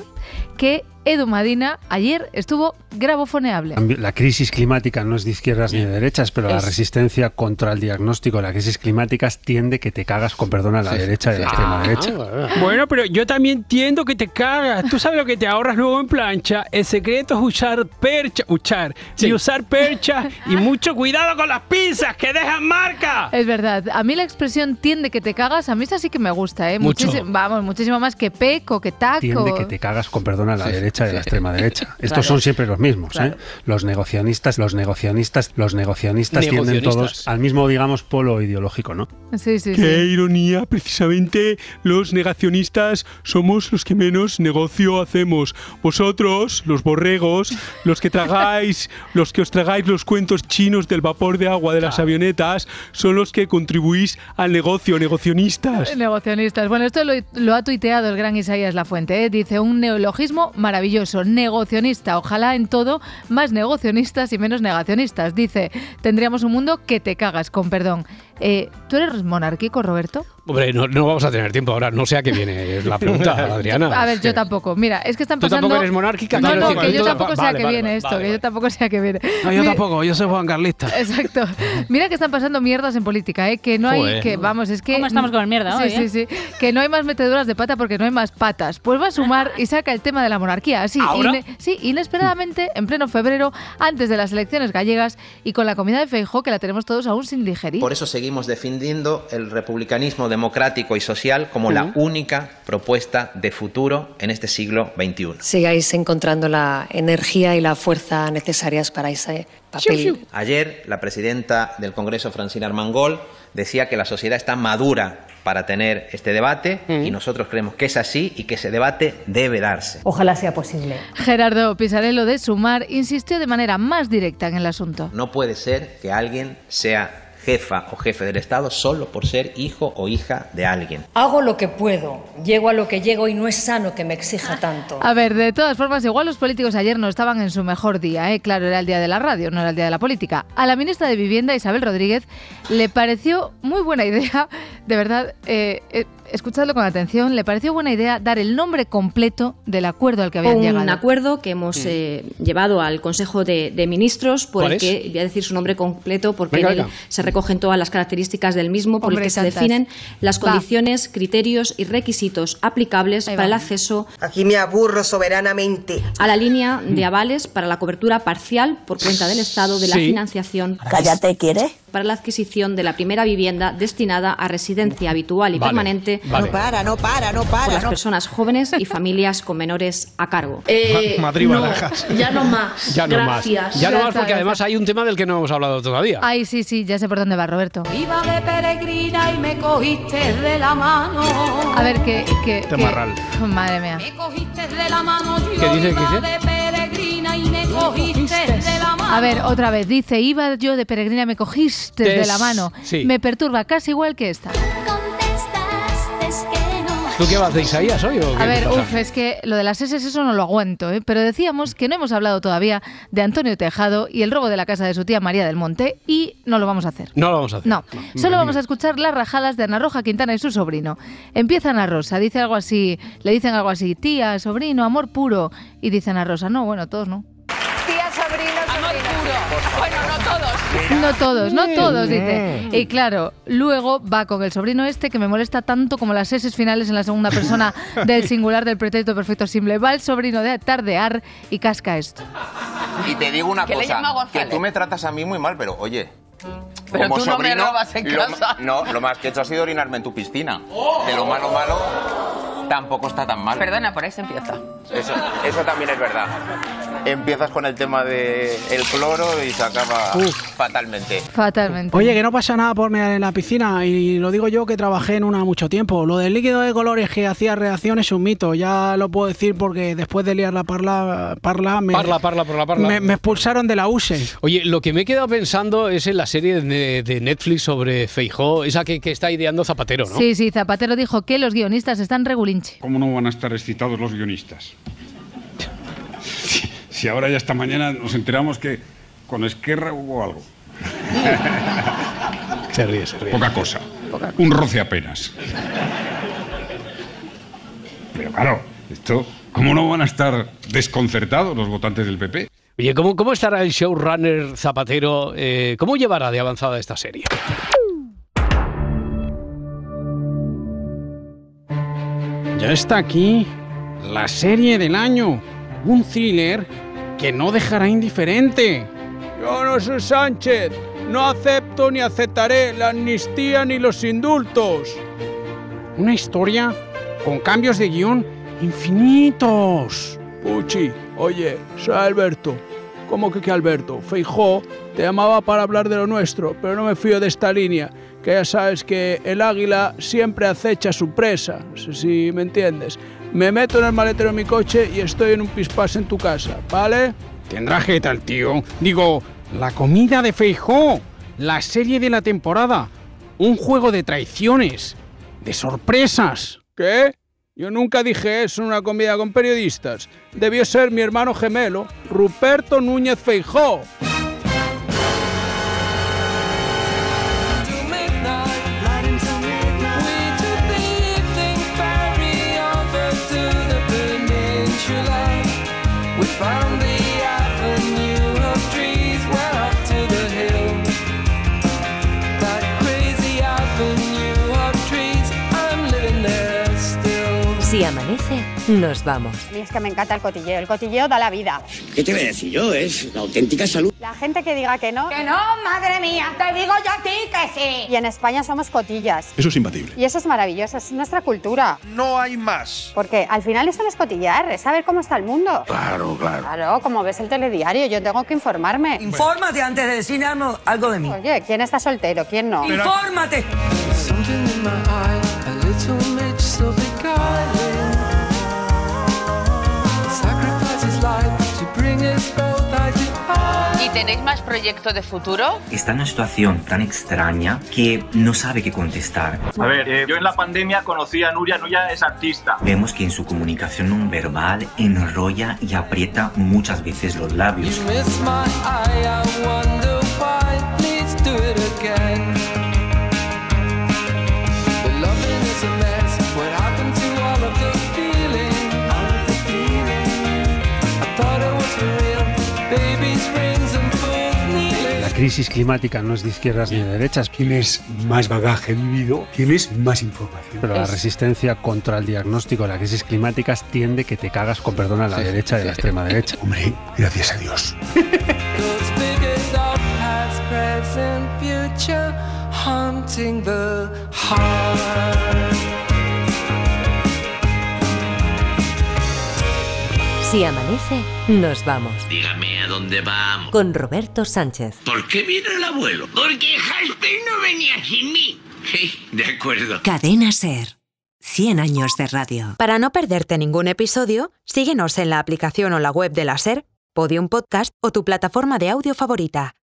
que Edu Madina ayer estuvo grabofoneable.
También La crisis climática no es de izquierdas ni de derechas, pero la
Es-
resistencia contra el diagnóstico de la crisis climática tiende que te cagas con perdón a la
Sí,
derecha de la
sí.
extrema
Ah,
derecha.
Bueno, pero yo también entiendo que te cagas. Tú sabes lo que te ahorras luego en plancha. El secreto es usar percha, usar y usar percha y mucho cuidado con las pinzas que dejan
Ah.
marca.
Es verdad, a mí la expresión tiende que te cagas, a mí esa sí que me gusta, ¿eh?
Mucho.
Muchísimo- vamos, muchísimo más que peco, que taco.
Tiende que te cagas con perdón a la
Sí,
derecha de la extrema derecha. Estos
Claro.
son siempre los mismos,
Claro.
¿eh? Los negocianistas, los negocianistas, los negocianistas tienden
Negocionistas.
todos al mismo, digamos, polo ideológico, ¿no?
Sí, sí, sí.
Qué ironía, precisamente los negacionistas somos los que menos negocio hacemos. Vosotros, los borregos, los que tragáis, los que os tragáis los cuentos chinos del vapor de agua de las avionetas, son los que contribuís al negocio, negacionistas.
Negocionistas. Bueno, esto lo, lo ha tuiteado el gran Isaías Lafuente. ¿eh? Dice un neologismo maravilloso. maravilloso, negocionista, ojalá en todo más negocionistas y menos negacionistas. Dice, tendríamos un mundo que te cagas, con perdón. Eh, ¿Tú eres monárquico, Roberto?
Hombre, no, no vamos a tener tiempo ahora. No sé a qué viene la pregunta, Adriana.
A ver, yo tampoco. Mira, es que están
¿Tú
pasando...
tampoco eres monárquica?
No,
Quiero
no,
decir,
que yo
tú tampoco-
tampoco sé a
vale,
qué
vale,
viene
vale,
esto,
vale,
que yo tampoco sé a qué viene.
No, yo
Mi-
tampoco, yo soy Juan Carlista.
Exacto. Mira que están pasando mierdas en política, ¿eh? Que no hay,
Joder.
que vamos, es que...
¿Cómo estamos con el mierda
sí,
hoy,
Sí,
eh?
sí, Que no hay más meteduras de pata porque no hay más patas. Pues va a sumar y saca el tema de la monarquía, así.
¿Ahora?
ine- sí, inesperadamente, en pleno febrero, antes de las elecciones gallegas y con la comida de Feijó que la tenemos todos aún sin digerir.
Por eso seguimos defendiendo el republicanismo democrático y social como la
Ujú.
única propuesta de futuro en este siglo XXI.
Sigáis encontrando la energía y la fuerza necesarias para ese papel.
Ayer la presidenta del Congreso, Francina Armangol, decía que la sociedad está madura para tener este debate y nosotros creemos que es así y que ese debate debe darse.
Ojalá sea posible.
Gerardo Pisarello de Sumar insistió de manera más directa en el asunto.
No puede ser que alguien sea jefa o jefe del Estado solo por ser hijo o hija de alguien.
Hago lo que puedo, llego a lo que llego y no es sano que me exija tanto.
A ver, de todas formas, igual los políticos ayer no estaban en su mejor día, ¿eh? Claro, era el día de la radio, no era el día de la política. A la ministra de Vivienda, Isabel Rodríguez, le pareció muy buena idea, de verdad, eh, eh, escuchadlo con atención, le pareció buena idea dar el nombre completo del acuerdo al que habían
un
llegado. Mm.
acuerdo que hemos eh, llevado al Consejo de, de Ministros, por
¿Cuál
el
es?
que voy a decir su nombre completo, porque
Venga,
en él
venga.
se recogen todas las características del mismo, por
Hombre,
el que se
santas.
definen las
Va.
condiciones, criterios y requisitos aplicables para el acceso.
Aquí me aburro soberanamente.
A la línea de avales para la cobertura parcial por cuenta del Estado de la
Sí.
financiación.
Cállate, ¿quieres?
Para la adquisición de la primera vivienda destinada a residencia habitual y
Vale,
permanente.
vale. No para, no para, no para,
Por las
no-
personas jóvenes y familias con menores a cargo.
Eh, Madrid, no, Barajas.
Ya no más.
Ya no más.
Gracias.
Ya no
Ya
más
está,
porque
ya
además hay un tema del que no hemos hablado todavía.
Ay, sí, sí, ya sé por dónde va Roberto.
Iba de peregrina y me cogiste de la mano.
A ver, que... que,
Temarral.
que- madre mía.
Cogiste de la mano, yo
¿Qué dice, qué
iba
dice?
de peregrina y me cogiste de la mano.
A ver, otra vez, dice, iba yo de peregrina, me cogiste de
Des-
la mano.
sí.
Me perturba casi igual que esta.
¿Tú qué vas de Isaías hoy o qué
A ver,
te pasa?
uff, es que lo de las S eso no lo aguanto, ¿eh? pero decíamos que no hemos hablado todavía de Antonio Tejado y el robo de la casa de su tía María del Monte y no lo vamos a hacer.
No lo vamos a hacer.
No, solo vamos a escuchar las rajadas de Ana Roja Quintana y su sobrino. Empieza Ana Rosa, dice algo así, le dicen algo así, tía, sobrino, amor puro, y dice Ana Rosa, no, bueno, todos no.
Tía, sobrino, Amor puro. Bueno, no todos.
No todos, no todos, dice. Y claro, luego va con el sobrino este que me molesta tanto como las S finales en la segunda persona del singular del pretérito perfecto simple. Va el sobrino de tardear y casca esto.
Y te digo una
Que le llamo a
cosa, que
González.
tú me tratas a mí muy mal, pero oye.
Pero
como
tú no me
sobrino,
robas en
lo
casa.
ma- No, lo más que he hecho ha sido orinarme en tu piscina. Que lo malo, malo, tampoco está tan mal.
Perdona, por ahí se empieza.
Eso, eso también es verdad. Empiezas con el tema del el cloro y se acaba
Uf.
fatalmente.
Fatalmente.
Oye, que no pasa nada por mear en la piscina y lo digo yo que trabajé en una mucho tiempo. Lo del líquido de colores que hacía reacción es un mito, ya lo puedo decir porque después de liar la parla, parla me,
Parla, parla, por la parla.
me- me expulsaron de la E. USE.
Oye, lo que me he quedado pensando es en la serie de, de Netflix sobre Feijó, esa que, que está ideando Zapatero, ¿no?
Sí, sí, Zapatero dijo que los guionistas están regulinche.
¿Cómo no van a estar excitados los guionistas? Si, si ahora ya esta mañana nos enteramos que con Esquerra hubo algo.
Se ríe, se ríe.
Poca cosa. Un roce apenas. Pero claro, esto, ¿cómo no van a estar desconcertados los votantes del PP?
Oye, ¿cómo, cómo estará el showrunner Zapatero? eh, ¿Cómo llevará de avanzada esta serie?
Ya está aquí la serie del año, un thriller que no dejará indiferente. Yo no soy Sánchez, no acepto ni aceptaré la amnistía ni los indultos. Una historia con cambios de guión infinitos.
Puchi, oye, soy Alberto. ¿Cómo que, que Alberto? Feijó, te llamaba para hablar de lo nuestro, pero no me fío de esta línea, que ya sabes que el águila siempre acecha a su presa, no sé si me entiendes. Me meto en el maletero de mi coche y estoy en un pispás en tu casa, ¿vale?
Tendrá jeta el tío. Digo, la comida de Feijó, la serie de la temporada, un juego de traiciones, de sorpresas.
¿Qué?
Yo nunca dije eso en una comida con periodistas. Debió ser mi hermano gemelo, Ruperto Núñez Feijó.
Si amanece, nos vamos.
Y es que me encanta el cotilleo. El cotilleo da la vida.
¿Qué te voy a decir yo? Es la auténtica salud.
La gente que diga que no.
¡Que no, madre mía! ¡Te digo yo a ti que sí!
Y en España somos cotillas.
Eso es imbatible.
Y eso es maravilloso, es nuestra cultura.
No hay más.
Porque al final eso no es cotillar, es saber cómo está el mundo.
Claro, claro.
Claro, como ves el telediario, yo tengo que informarme.
Infórmate antes de decir algo de mí.
Oye, ¿quién está soltero? ¿Quién no?
Pero... ¡Infórmate!
¿Y tenéis más proyectos de futuro?
Está en una situación tan extraña que no sabe qué contestar.
A ver, eh, yo en la pandemia conocí a Nuria, Nuria es artista.
Vemos que en su comunicación no verbal enrolla y aprieta muchas veces los labios.
crisis climática no es de izquierdas ni de derechas.
Tienes más bagaje vivido, tienes más información.
Pero la resistencia contra el diagnóstico de la crisis climática tiende que te cagas con perdón a la sí, derecha de sí. la extrema derecha.
Hombre, gracias a Dios.
Si amanece, nos vamos.
Dígame a dónde vamos.
Con Roberto Sánchez.
¿Por qué vino el abuelo? Porque Jasper no venía sin mí. Sí, de acuerdo.
Cadena Ser. 100 años de radio.
Para no perderte ningún episodio, síguenos en la aplicación o la web de la Ser, Podium Podcast o tu plataforma de audio favorita.